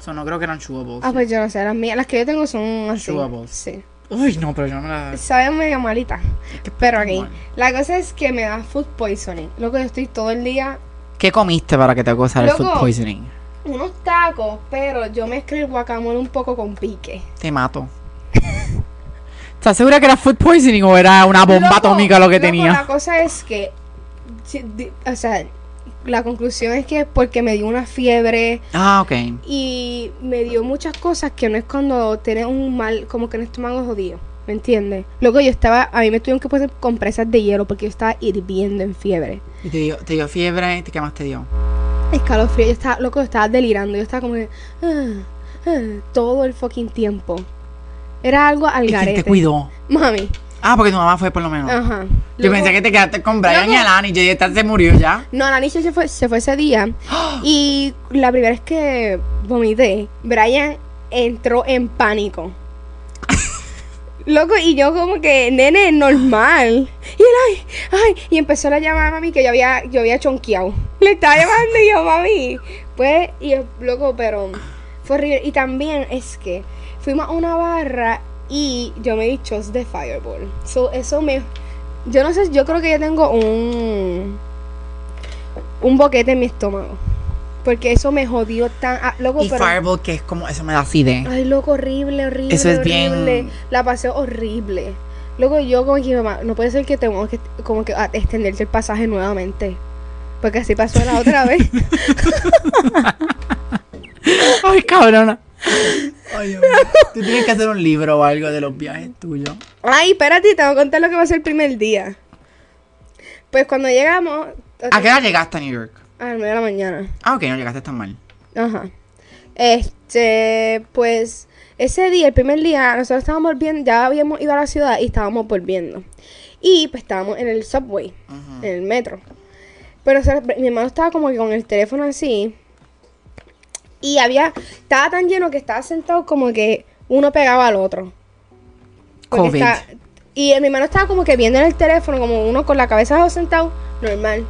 B: Eso no creo que eran chewables.
A: Ah, pues yo no sé, las mías, las que yo tengo son así.
B: Chupables.
A: Sí.
B: Uy, no, pero yo no me las...
A: Saben medio malita.
B: Ah. Es que es
A: Pero
B: Pepto
A: aquí,
B: Bismol.
A: la cosa es que me da food poisoning. Loco, yo estoy todo el día
B: ¿Qué comiste para que te acosara el food
A: Loco.
B: poisoning?
A: unos tacos, pero yo mezclo el guacamole un poco con pique.
B: Te mato. ¿Estás segura que era food poisoning o era una bomba
A: Loco,
B: atómica lo que
A: loco,
B: tenía?
A: La cosa es que, si- di- o sea, la conclusión es que porque me dio una fiebre
B: Ah, ok.
A: y me dio muchas cosas que no es cuando tienes un mal, como que en el estómago jodido. ¿Me entiendes? Loco, yo estaba, a mí me tuvieron que poner compresas de hielo porque yo estaba hirviendo en fiebre.
B: Y te dio, te dio fiebre, ¿y ¿qué más te dio?
A: Escalofrío, yo estaba, loco, yo estaba delirando, yo estaba como que, ah, ah, todo el fucking tiempo. Era algo al
B: ¿Y quién te
A: garete.
B: cuidó?
A: Mami.
B: Ah, porque tu mamá fue por lo menos.
A: Ajá.
B: Yo
A: Loco,
B: pensé que te quedaste con Brian
A: Loco.
B: y Alani. Yo dije, tal se murió ya.
A: No, la niña se fue, se fue ese día. Y la primera vez que vomité, Brian entró en pánico. Loco, y yo como que, nene, normal. Y él, ay, ay. Y empezó a llamar a mami que yo había, yo había chonqueado. Le estaba llamando y yo, mami. Pues, y yo, loco, pero fue horrible. Y también es que fuimos a una barra y yo me di shots de Fireball. So, eso me. Yo no sé, yo creo que yo tengo un. Un boquete en mi estómago. Porque eso me jodió tan. ah, loco,
B: Y
A: pero.
B: Fireball, que es como, eso me da acidez.
A: Ay, loco, horrible, horrible.
B: Eso es
A: horrible.
B: bien-
A: La pasé horrible. Loco, yo como que mi mamá, no puede ser que tengamos que como que ah, extenderte el pasaje nuevamente. Porque así pasó la otra vez.
B: Ay, cabrona. Ay, Dios mío. Tú tienes que hacer un libro o algo de los viajes tuyos.
A: Ay, espérate, te voy a contar lo que pasó el primer día. Pues cuando llegamos,
B: ¿A qué hora llegaste a New York?
A: a las nueve de la mañana.
B: Ah, ok, no llegaste tan mal.
A: Ajá. Este, pues ese día, el primer día, nosotros estábamos volviendo, ya habíamos ido a la ciudad y estábamos volviendo. Y pues estábamos en el subway,
B: Ujú.
A: en el metro. Pero o sea, mi hermano estaba como que con el teléfono así. Y había, estaba tan lleno que estaba sentado como que uno pegaba al otro. Porque
B: COVID.
A: Pues está- y eh, mi hermano estaba como que viendo en el teléfono, como uno con la cabeza abajo sentado, normal.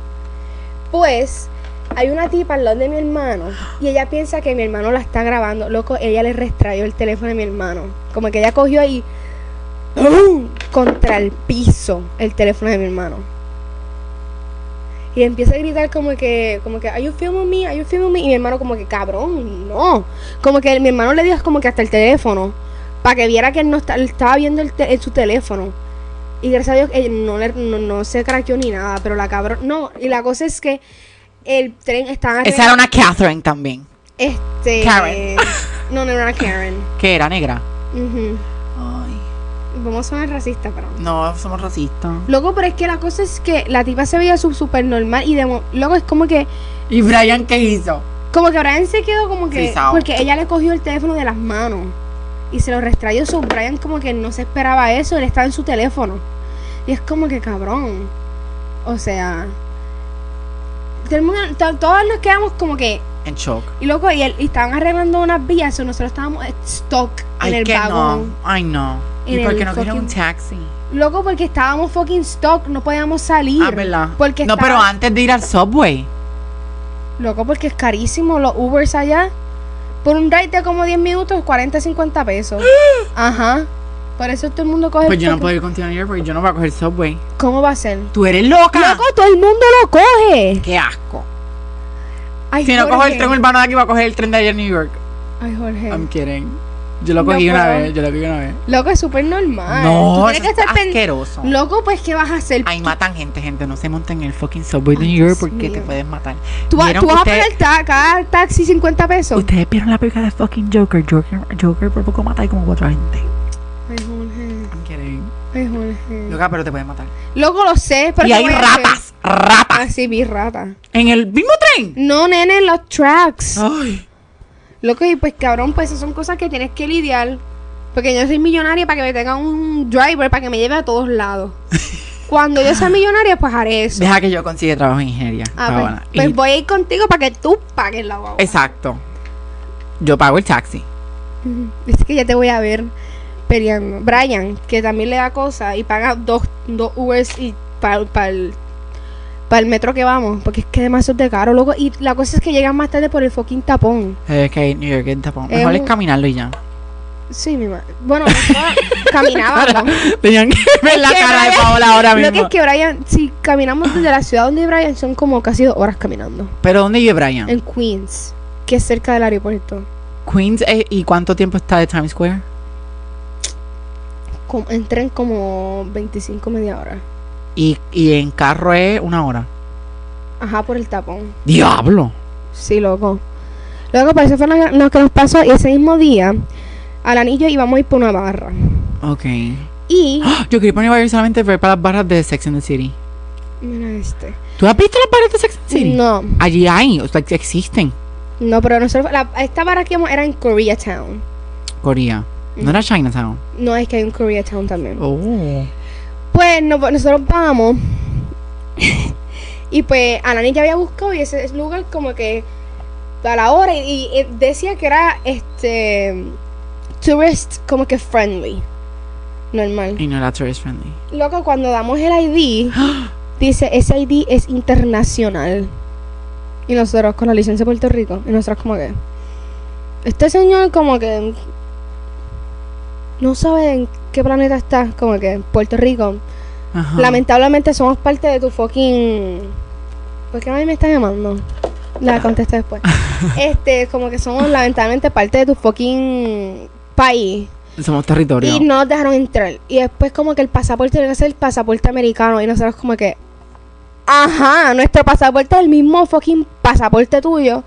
A: Pues hay una tipa al lado de mi hermano y ella piensa que mi hermano la está grabando. Loco, ella le restrayó el teléfono a mi hermano. Como que ella cogió ahí ¡pum! contra el piso el teléfono de mi hermano. Y empieza a gritar como que, como que, are you filming me? Are you filming me? Y mi hermano como que, cabrón, no. Como que mi hermano le dio como que hasta el teléfono. Para que viera que él no está- él estaba viendo el te- en su teléfono. Y gracias a Dios eh, no, le- no, no se craqueó ni nada. Pero la cabrón, no. Y la cosa es que el tren estaba...
B: Esa era una Catherine también.
A: Este...
B: Karen.
A: No, no era una Karen.
B: Que era negra.
A: Ujú.
B: Ay.
A: Vamos a sonar racista, pero...
B: No, somos racistas.
A: Loco, pero es que la cosa es que la tipa se veía su- súper normal y de mo- loco es como que
B: ¿Y Brian qué hizo?
A: Como que Brian se quedó como que.
B: Frisado.
A: Porque ella le cogió el teléfono de las manos y se lo restrayó. So Brian como que no se esperaba eso, él estaba en su teléfono. Y es como que cabrón. O sea. todo el mundo- to- todos nos quedamos como que.
B: En shock.
A: Y loco, y, él- y estaban arreglando unas vías, so nosotros estábamos stuck
B: Ay,
A: en el
B: que
A: vagón.
B: no. Ay, no. ¿Y
A: En
B: por qué
A: el
B: no cogieron un
A: fucking-
B: taxi?
A: Loco, porque estábamos fucking stuck, no podíamos salir.
B: Ah, ¿verdad?
A: Porque
B: no, pero
A: estaba-
B: antes de ir al subway.
A: Loco, porque es carísimo los Ubers allá. Por un ride de como 10 minutos, 40, 50 pesos. Ajá. Por eso todo el mundo coge
B: Pues yo no
A: fucking-
B: puedo ir contigo en el airport, yo no voy a coger subway.
A: ¿Cómo va a ser?
B: ¡Tú eres loca!
A: ¡Loco, todo el mundo lo coge!
B: ¡Qué asco!
A: Ay,
B: Si no cojo el
A: Jorge.
B: tren urbano de aquí, voy a coger el tren de allá en New York.
A: Ay, Jorge.
B: I'm kidding. Yo lo
A: No
B: cogí una
A: puedo.
B: vez, yo lo cogí una vez.
A: Loco, es súper normal. Tú
B: No,
A: tienes
B: eso
A: que
B: es
A: estar pen-
B: asqueroso.
A: Loco, pues, ¿qué vas a hacer?
B: Ahí matan gente, gente. No se monten en el fucking subway de
A: Ay,
B: New York
A: Dios
B: porque te
A: mío.
B: pueden matar.
A: Tú, va-
B: ¿Vieron
A: tú
B: que
A: vas a
B: ustedes-
A: pagar ta- cada taxi 50 pesos.
B: Ustedes vieron la película de fucking Joker. Joker, Joker por poco mata y como cuatro gente.
A: Ay, Jorge.
B: I'm kidding.
A: Ay, Jorge.
B: Loca, pero te pueden matar.
A: Loco, lo sé, pero
B: y
A: ¿qué
B: hay
A: voy a hacer?
B: ratas, ratas.
A: Ah, sí, vi rata.
B: En el mismo tren.
A: No, nene, en los tracks.
B: Ay.
A: Loco, y pues cabrón, pues esas son cosas que tienes que lidiar. Porque yo soy millonaria para que me tenga un driver para que me lleve a todos lados. Cuando yo sea millonaria, pues haré eso.
B: Deja que yo consiga trabajo en ingeniería.
A: Ah, pues,
B: Pavona.
A: pues
B: Y-
A: voy a ir contigo para que tú pagues la guagua.
B: Exacto. Yo pago el taxi.
A: Ujú. Es que ya te voy a ver peleando. Brian, que también le da cosa y paga dos, dos Ubers y para el, pa el metro que vamos. Porque es que demasiado de caro, loco. Y la cosa es que llegan más tarde por el fucking tapón.
B: Es que New York es tapón.
A: Es
B: Mejor es
A: un-
B: caminarlo y ya.
A: Sí, mi madre. Bueno, nosotros caminábamos.
B: Tenían que ver la
A: Es que
B: cara de
A: Brian-
B: Paola ahora
A: Lo que es
B: mismo.
A: que Brian, si caminamos desde la ciudad donde Brian, son como casi dos horas caminando.
B: Pero ¿dónde vive Brian?
A: En Queens, que es cerca del aeropuerto.
B: Queens eh, y cuánto tiempo está de Times Square?
A: Como, en tren como 25, media hora.
B: Y, y en carro es una hora.
A: Ajá, por el tapón.
B: Diablo.
A: Sí, loco. Loco, por eso fue lo, lo que nos pasó. Y ese mismo día, al anillo íbamos a ir por una barra.
B: Ok.
A: Y.
B: ¡Ah! Yo quería poner Nueva York solamente para las barras de Sex and the City.
A: Mira este.
B: ¿Tú has visto las barras de Sex and the City?
A: No,
B: Allí hay, o sea, existen.
A: no, pero nosotros. la- esta barra que íbamos era en Koreatown.
B: Corea. No
A: Mm.
B: era Chinatown.
A: No, es que hay un Koreatown también.
B: Oh.
A: Pues no- nosotros vamos. y pues Anani ya había buscado y ese es lugar como que a la hora. Y, y decía que era este tourist como que friendly. Normal.
B: Y no era tourist friendly.
A: Loco, cuando damos el ID, dice ese ID es internacional. Y nosotros con la licencia de Puerto Rico. Y nosotros como que. Este señor como que. No sabe en qué planeta está. Como que Puerto Rico.
B: Ajá.
A: Lamentablemente somos parte de tu fucking. ¿Por qué a mí me están llamando? La contesto después. Este, como que somos lamentablemente parte de tu fucking país.
B: Somos territorio.
A: Y no nos dejaron entrar. Y después, como que el pasaporte tiene que ser el pasaporte americano. Y nosotros, como que. Ajá, nuestro pasaporte es el mismo fucking pasaporte tuyo.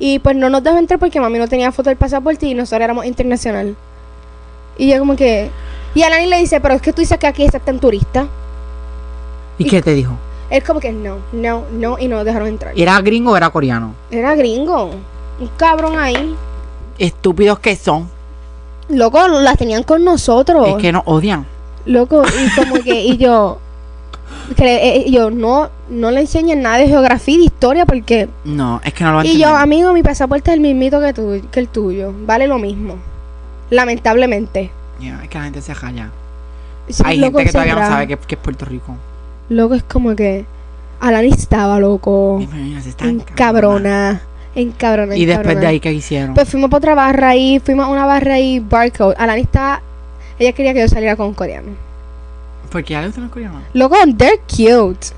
A: Y pues no nos dejó entrar porque mami no tenía foto del pasaporte y nosotros éramos internacional. Y yo, como que. Y Alani le dice, pero es que tú dices que aquí aceptan turistas.
B: ¿Y qué te dijo?
A: Él como que no, no, no, y no lo dejaron entrar.
B: ¿Era gringo o era coreano?
A: Era gringo. Un cabrón ahí.
B: Estúpidos que son.
A: Loco, las tenían con nosotros.
B: Es que nos odian.
A: Loco, y como que, y yo, que, eh, eh, yo no, no le enseñé nada de geografía y de historia porque...
B: No, es que no lo van a
A: Y yo,
B: entender.
A: amigo, mi pasaporte es el mismito que, tu- que el tuyo. Vale lo mismo. Lamentablemente.
B: Ya, es que la gente se jalla.
A: Sí,
B: Hay
A: loco,
B: gente que
A: se
B: todavía no
A: raya.
B: sabe que, que es Puerto Rico.
A: Loco, es como que... Alani estaba loco.
B: Imagínate, se
A: Mm,
B: están
A: Encabrona. Encabrona.
B: Y después de
A: encabrona.
B: ahí, ¿qué hicieron?
A: Pues fuimos para otra barra ahí, fuimos a una barra ahí, barcode. Alani está. Ella quería que yo saliera con coreano.
B: Porque ya le gustan los coreanos.
A: Loco, they're cute.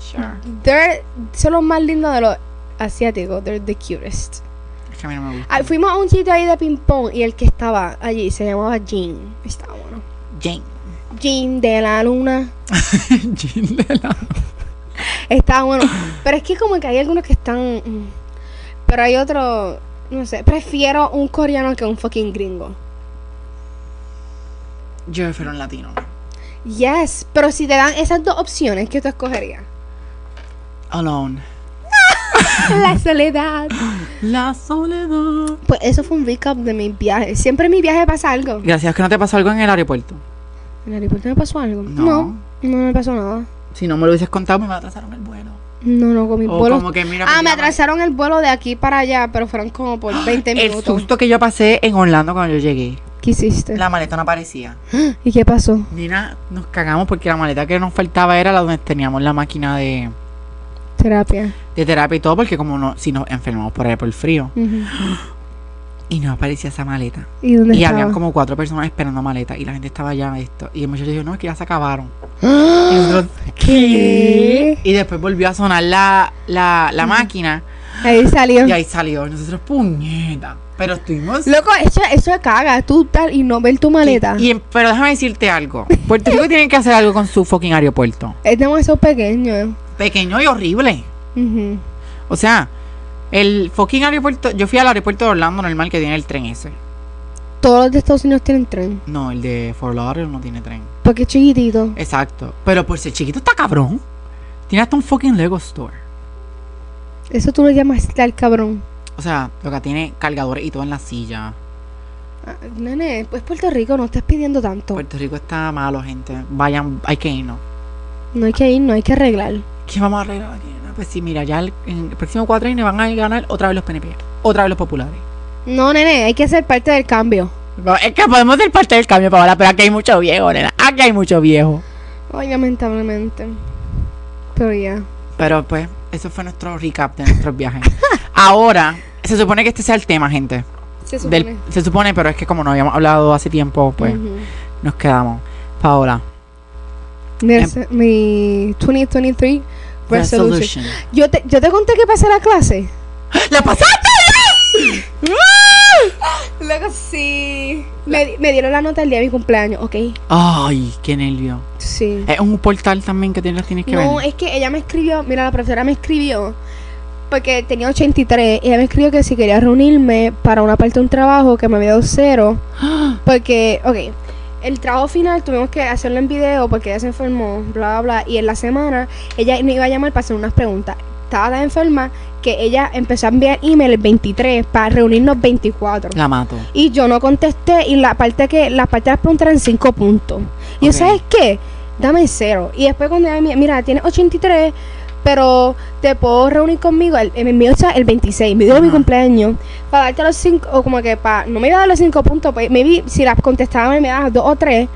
B: Sure.
A: They're. Son los más lindos de los asiáticos. They're the cutest.
B: Es que a mí no me gusta.
A: Ah, fuimos a un sitio ahí de ping-pong y el que estaba allí se llamaba Jean. Estaba bueno.
B: Jane.
A: Jean de la luna.
B: Jane de la...
A: Estaba bueno. Pero es que como que hay algunos que están. mm, Pero hay otro. No sé. Prefiero un coreano que un fucking gringo.
B: Yo prefiero un latino.
A: Yes. Pero si te dan esas dos opciones, ¿qué tú escogerías?
B: Alone.
A: La soledad.
B: La soledad.
A: Pues eso fue un recap de mis viajes. Siempre en mi viaje pasa algo.
B: Gracias que no te pasó algo en el aeropuerto.
A: ¿En el aeropuerto me pasó algo?
B: No.
A: No, no me pasó nada.
B: Si no me lo hubieses contado, me atrasaron el vuelo.
A: No, no, con mis
B: O
A: vuelos.
B: como que, mira,
A: Ah,
B: pues,
A: me
B: ya va.
A: atrasaron el vuelo de aquí para allá, pero fueron como por 20
B: El
A: minutos.
B: susto que yo pasé en Orlando cuando yo llegué.
A: ¿Qué hiciste?
B: La maleta no aparecía.
A: ¿Y qué pasó?
B: Mira, nos cagamos porque la maleta que nos faltaba era la donde teníamos la máquina de,
A: Terapia.
B: de terapia y todo, porque como no, si nos enfermamos por ahí por el frío.
A: Ujú.
B: Y no aparecía esa maleta.
A: ¿Y dónde
B: Y
A: estaba?
B: habían como cuatro personas esperando maleta y la gente estaba ya esto. Y el muchacho dijo, no, es que ya se acabaron. Y nosotros,
A: ¿Qué? Mm.
B: Y después volvió a sonar la, la, la máquina
A: Ahí salió.
B: y ahí salió. Y nosotros, puñeta. Pero estuvimos...
A: Loco, eso, eso caga. Tú tal y no ver tu maleta.
B: Y- y- pero déjame decirte algo. Puerto Rico tiene que hacer algo con su fucking aeropuerto.
A: Es demasiado pequeño.
B: Pequeño y horrible.
A: Ujú.
B: O sea, el fucking aeropuerto... Yo fui al aeropuerto de Orlando normal que tiene el tren ese.
A: Todos los de Estados Unidos tienen tren.
B: No, el de Fort Lauderdale no tiene tren.
A: Porque es chiquitito.
B: Exacto. Pero por ser chiquito está cabrón. Tiene hasta un fucking Lego store.
A: Eso tú lo llamas tal cabrón.
B: O sea, lo que tiene cargadores y todo en la silla.
A: Ah, Nene, pues Puerto Rico, no estás pidiendo tanto.
B: Puerto Rico está malo, gente. Vayan, hay que irnos.
A: No hay que ir, no hay que arreglar.
B: ¿Qué vamos a arreglar aquí? No, Pues sí, mira, ya el- en el próximo cuatrienio van a ganar otra vez los PNP, otra vez los populares.
A: No, nene, hay que ser parte del cambio.
B: Va- Es que podemos ser parte del cambio, Paola, pero aquí hay mucho viejo, nena. Aquí hay mucho viejo.
A: Ay, lamentablemente. Pero ya.
B: Pero pues, eso fue nuestro recap de nuestros viajes. Ahora, se supone que este sea el tema, gente.
A: Se supone.
B: Del- se supone, pero es que como no habíamos hablado hace tiempo, pues
A: Ujú.
B: nos quedamos. Paola, em-
A: Mira, se- mi 2023 resolution.
B: resolution.
A: Yo, te, yo te conté que pasé la clase.
B: ¡La pasaste!
A: Ah, Luego sí. Me, di- me dieron la nota el día de mi cumpleaños, ¿ok?
B: Ay, qué nervio.
A: Sí.
B: Es un portal también que tienes, tienes que
A: No,
B: ver.
A: es que ella me escribió, mira, la profesora me escribió, porque tenía 83, ella me escribió que si quería reunirme para una parte de un trabajo que me había dado cero,
B: ¡Ah!
A: porque, ok, el trabajo final tuvimos que hacerlo en video porque ella se enfermó, bla, bla, bla, y en la semana ella me iba a llamar para hacer unas preguntas. Estaba tan enferma que ella empezó a enviar email el 23 para reunirnos 24.
B: La mato.
A: Y yo no contesté y la parte que la parte de las preguntas eran 5 puntos. Y
B: Ok.
A: yo, ¿sabes qué? Dame cero. Y después cuando ella me mira, tienes 83, pero te puedo reunir conmigo el, el, mío está el 26, mi día de mi
B: Ajá.
A: cumpleaños, para darte los 5, o como que para, no me iba a dar los 5 puntos, pues maybe si las contestaban me das 2 o 3,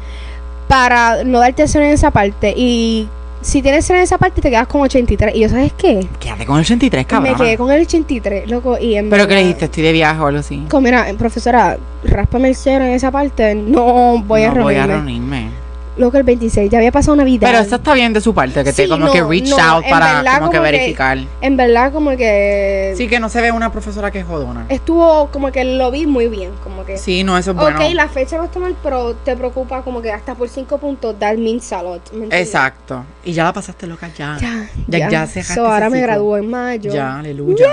A: para no darte cero en esa parte. Y si tienes cero en esa parte te quedas con 83. Y yo, ¿sabes qué?
B: Quédate con el 83, cabrón.
A: Me quedé con el 83, loco. Y en
B: Pero que le
A: verdad-
B: dijiste, estoy de viaje o algo así.
A: Como, mira, eh, profesora, raspame el cero en esa parte. No voy a
B: no voy
A: reunirme.
B: a reunirme.
A: Loco, el 26, ya había pasado Navidad.
B: Pero eso está bien de su parte, que te
A: Sí,
B: como
A: no,
B: que reach
A: no,
B: out
A: en
B: para
A: verdad
B: como que
A: como que-
B: verificar.
A: En verdad, como que.
B: Sí, que no se ve una profesora que es jodona.
A: Eh, Estuvo, como que lo vi muy bien. Como que.
B: Sí, no, eso es
A: ok,
B: bueno.
A: la fecha no está mal, pero te preocupa, como que hasta por 5 puntos, that means a lot. ¿me entiendes?
B: Exacto. Y ya la pasaste loca ya.
A: Ya,
B: Ya-
A: ya.
B: ya cerraste
A: So, ahora
B: ese
A: me
B: ciclo.
A: graduó en mayo.
B: Ya, aleluya.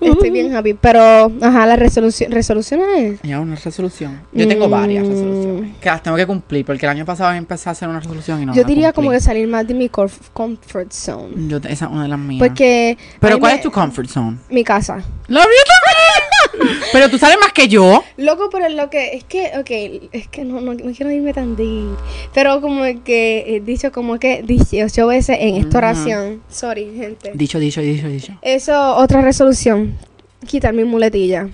A: Estoy bien happy. Pero, ajá, las resoluci- resoluciones.
B: Ya, una resolución. Yo tengo varias
A: Mm.
B: resoluciones. Que las tengo que cumplir, porque el año pasado empecé a hacer una resolución y no
A: yo
B: la
A: diría como
B: cumplí.
A: que salir más de mi comf- comfort zone.
B: Yo, esa es una de las mías.
A: Porque. a
B: Pero
A: mí
B: ¿cuál
A: me-
B: es tu comfort zone?
A: Mi casa.
B: La mía también. Pero tú sabes más que yo.
A: Loco, pero lo que es que, ok, es que no, no, no quiero irme tan deep. Pero como que he dicho como que 18 veces en esta
B: Ujú.
A: oración. Sorry, gente.
B: Dicho, dicho, dicho, dicho.
A: Eso, otra resolución. Quitar mi muletilla.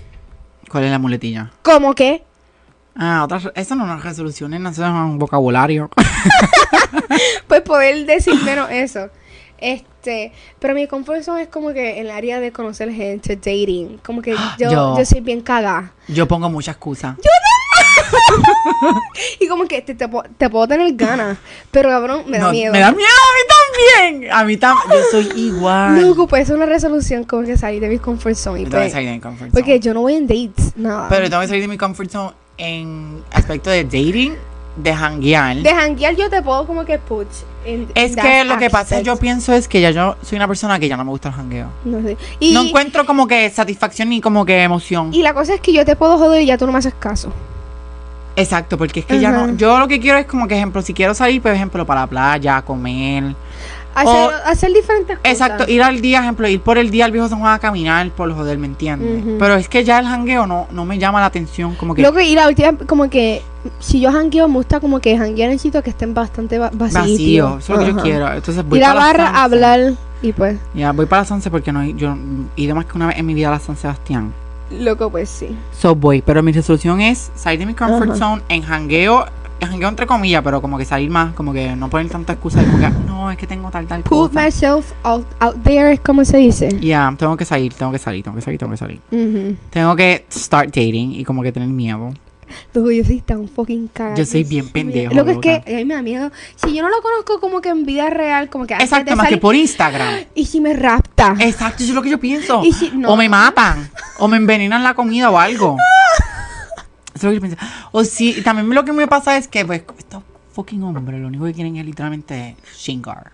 B: ¿Cuál es la muletilla?
A: ¿Cómo que?
B: Ah, otra, re- eso no es una resolución, nena, eso es un vocabulario.
A: Pues poder decir menos eso. Este, pero mi comfort zone es como que en el área de conocer gente, dating. Como que yo,
B: Yo.
A: yo. soy bien cagada.
B: Yo pongo muchas excusas.
A: Y como que te, te po- te puedo tener ganas, pero cabrón, me da
B: No,
A: miedo.
B: Me da miedo a mí también. A mí también. Yo soy igual.
A: Loco, pues es una resolución como que salir de mi comfort zone. Y
B: Yo tengo que
A: pues,
B: salir de mi comfort zone.
A: Porque yo no voy en dates, nada.
B: Pero tengo que salir de mi comfort zone en aspecto de dating, de hanguear.
A: de janguear yo te puedo como que put in
B: es
A: that
B: que lo que pasa,
A: aspect.
B: yo pienso es que ya yo soy una persona que ya no me gusta el jangueo.
A: No sé. Y,
B: No encuentro como que satisfacción ni como que emoción.
A: y la cosa es que yo te puedo joder y ya tú no me haces caso.
B: Exacto, porque es que ya no.
A: Ajá.
B: Yo lo que quiero es como que, ejemplo, si quiero salir, por ejemplo, para la playa, a comer.
A: Hacer, hacer diferentes cosas.
B: Exacto, ir al día, ejemplo, ir por el día al viejo San Juan a caminar, por joder, ¿me entiendes?
A: Ujú.
B: Pero es que ya el jangueo no, no me llama la atención, como que
A: Loco, y la última, como que si yo jangueo, me gusta como que janguear en sitios que estén bastante va- vacíos.
B: vacío. Eso es lo que yo
A: Ajá.
B: quiero. Entonces voy
A: Ir a
B: para
A: barra
B: Sanse.
A: a hablar y pues,
B: Ya, voy para la San Sebastián porque no, he- yo he ido más que una vez en mi vida a la San Sebastián.
A: loco, pues sí.
B: So voy, pero mi resolución es salir de mi comfort
A: Ajá.
B: zone en jangueo, jangueo entre comillas, pero como que salir más, como que no poner tanta excusa, como que, "Ah, no, es que tengo tal, tal
A: Put
B: cosa.
A: myself out, out there es como se dice.
B: Ya, tengo que salir, tengo que salir, tengo que salir, tengo que salir.
A: Ujú.
B: Tengo que start dating y como que tener miedo.
A: Luego yo soy tan fucking cara.
B: Yo soy bien pendejo,
A: Lo que es
B: loca.
A: que a mí me da miedo. Si yo no lo conozco como que en vida real, como que antes
B: Exacto,
A: de
B: más que
A: salir,
B: por Eh, Instagram.
A: Y si me rapta.
B: Exacto, eso es lo que yo pienso.
A: Y si- no.
B: O me matan, o me envenenan la comida o algo. Eso es lo que yo pienso. O si, y también lo que me pasa es que, pues, estos fucking hombres, lo único que quieren es literalmente shingar.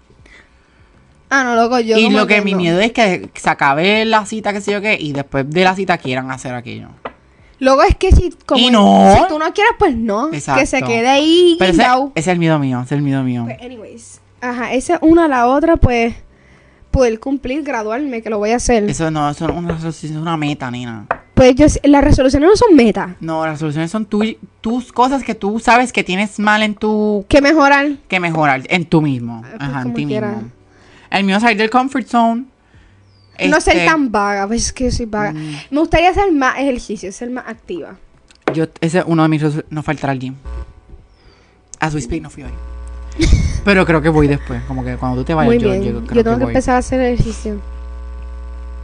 A: Ah, no, loco, yo.
B: Y
A: como
B: lo que
A: que
B: mi
A: no.
B: miedo es que se acabe la cita, qué sé yo qué, y después de la cita quieran hacer aquello.
A: Luego es que si, como,
B: Y no.
A: si tú no quieres, pues no. Que se
B: Exacto.
A: quede ahí.
B: Pero ese,
A: guindao.
B: ese es el miedo mío, ese es el miedo mío.
A: Pues, anyways. Ajá, esa una, la otra, pues. Poder cumplir, graduarme, que lo voy a hacer.
B: Eso no, eso es una resolución, es una meta, nena.
A: Pues yo, las resoluciones no son metas.
B: No, las soluciones son tuy- tus cosas que tú sabes que tienes mal en tu...
A: Que mejorar.
B: que mejorar en tú mismo.
A: Ah, pues,
B: Ajá, en
A: como
B: ti
A: quiera.
B: mismo. El mío es salir del comfort zone.
A: No ser
B: Este, Mm.
A: tan vaga, pues es que yo soy vaga. Me gustaría hacer más ejercicio, ser más activa.
B: Yo, ese es uno de mis... resu- No faltará al gym. A su speak no fui hoy. Pero creo que voy después. Como que cuando tú te vayas,
A: Muy
B: yo,
A: bien.
B: yo
A: Yo,
B: creo
A: tengo que,
B: voy.
A: empezar a hacer ejercicio.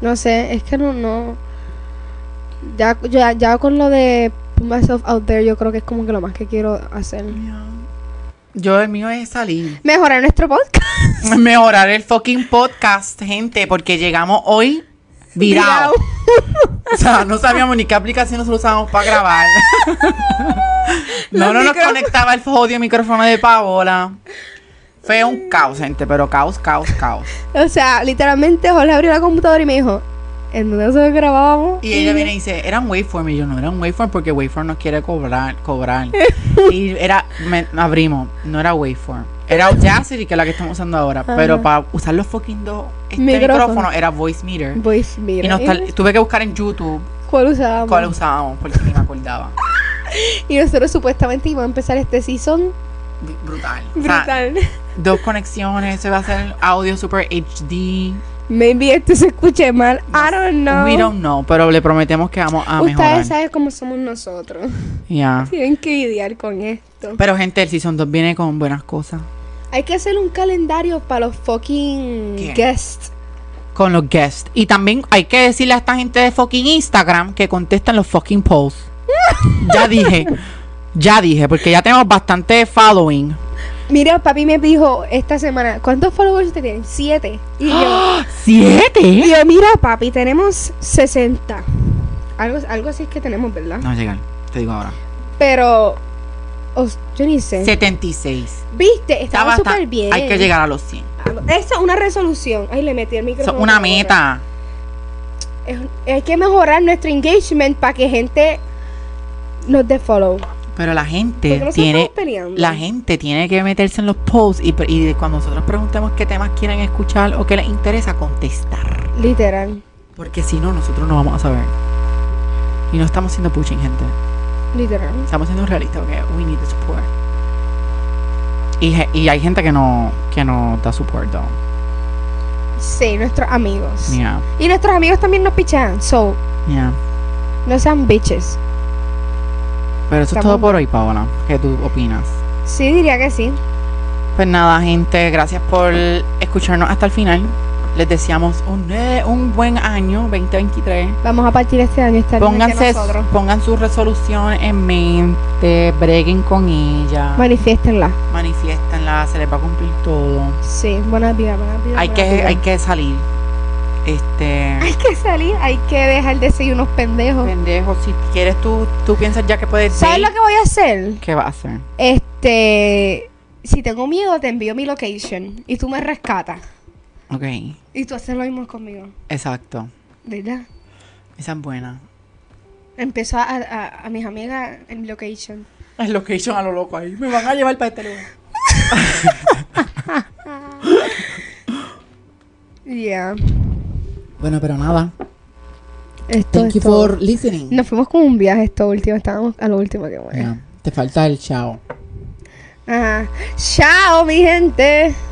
A: No sé, es que no, no. Ya, ya, ya con lo de put myself out there, yo creo que es como que lo más que quiero hacer.
B: Yo, el mío es salir.
A: Mejorar nuestro podcast.
B: Mejorar el fucking podcast, gente. Porque llegamos hoy virado. O sea, no sabíamos ni qué aplicación nosotros usábamos para grabar. no,
A: Los
B: no nos
A: micrófonos.
B: conectaba el jodido micrófono de Paola. Fue un caos, gente, pero caos, caos, caos.
A: o sea, literalmente Jorge abrió la computadora y me dijo, ¿en dónde nosotros grabábamos?
B: Y ella viene y dice, eran waveform. Y yo, no, eran waveform porque waveform nos quiere cobrar, cobrar. y era, me- abrimos, no era waveform. Era Audacity, que es la que estamos usando ahora. Pero
A: Ajá.
B: para usar los fucking dos, este
A: Micrófono.
B: micrófono, era voice meter.
A: Voice, pues, mira.
B: Y nos tal- tuve que buscar en YouTube
A: ¿Cuál usábamos?
B: cuál usábamos porque ni me acordaba.
A: Y nosotros supuestamente íbamos a empezar este season
B: Ah. Brutal. O sea,
A: brutal.
B: dos conexiones, se va a hacer audio super HD.
A: Maybe esto se escuche mal. I don't know.
B: We don't know, pero le prometemos que vamos a mejorar.
A: Ustedes saben cómo somos nosotros.
B: Ya.
A: Tienen que lidiar con esto.
B: Pero gente, el Season 2 viene con buenas cosas.
A: Hay que hacer un calendario para los fucking
B: ¿Qué?
A: guests.
B: Con los guests. Y también hay que decirle a esta gente de fucking Instagram que contestan los fucking posts. ya dije. Ya dije, porque ya tenemos bastante following.
A: Mira, papi me dijo esta semana, ¿cuántos followers usted tiene? Siete. Y yo, y
B: ¡Ah! ¿Siete?
A: yo, mira, papi, tenemos 60. Algo, algo así es que tenemos, ¿verdad?
B: No llegan, te digo ahora.
A: Pero, os- yo ni sé.
B: 76.
A: ¿Viste?
B: Ya
A: Estaba
B: basta-
A: súper bien.
B: Hay que llegar a los 100.
A: Esa es una resolución. Ay, le metí el
B: Eso
A: micrófono.
B: es
A: por
B: una
A: la boca.
B: meta.
A: Es- hay que mejorar nuestro engagement para que gente nos dé follow.
B: Pero la
A: Porque
B: gente
A: nosotros
B: Eh, tiene
A: estamos peleando.
B: La gente tiene que meterse en los posts y, pre- y de- cuando nosotros preguntemos qué temas quieren escuchar o qué les interesa, contestar.
A: Literal,
B: Porque si no, nosotros no vamos a saber. Y no estamos siendo pushing, gente.
A: literal.
B: Estamos siendo realistas porque we need the support. Y, ge- y hay gente que no, que no da support, though.
A: Sí, nuestros amigos.
B: Yeah,
A: Y nuestros amigos también nos pichan. So,
B: yeah.
A: no sean bitches.
B: Pero eso es
A: Estamos-
B: todo por hoy, Paola. ¿Qué tú opinas?
A: Sí, diría que sí.
B: Pues nada, gente, gracias por escucharnos hasta el final. Les deseamos un, eh, un buen año 2023.
A: Vamos a partir este año estar bien
B: Pónganse,
A: entre nosotros.
B: pongan su resolución en mente, breguen con ella,
A: Manifiéstenla.
B: manifiéstenla, se les va a cumplir todo.
A: Sí, buenas vidas, buenas vidas.
B: Hay
A: buenas
B: que,
A: vidas.
B: hay que salir. Este
A: Hay que salir, hay que dejar de ser unos pendejos.
B: pendejo, si quieres tú, tú piensas ya que puedes
A: ¿Sabes
B: date,
A: lo que voy a hacer?
B: ¿qué va a hacer?
A: Este. Si tengo miedo, te envío mi location. Y tú me rescatas.
B: Ok,
A: Y tú haces lo mismo conmigo.
B: exacto.
A: ¿Verdad?
B: Esa es buena.
A: Empiezo a, a- a mis amigas en location.
B: El location a lo loco ahí. Me van a llevar para este lugar.
A: Yeah.
B: Bueno, pero nada.
A: Esto
B: Thank
A: es
B: you
A: todo.
B: for listening.
A: Nos fuimos con un viaje esto último. Estábamos a lo último que bueno.
B: Yeah, Te falta el chao.
A: Ajá. Chao, mi gente.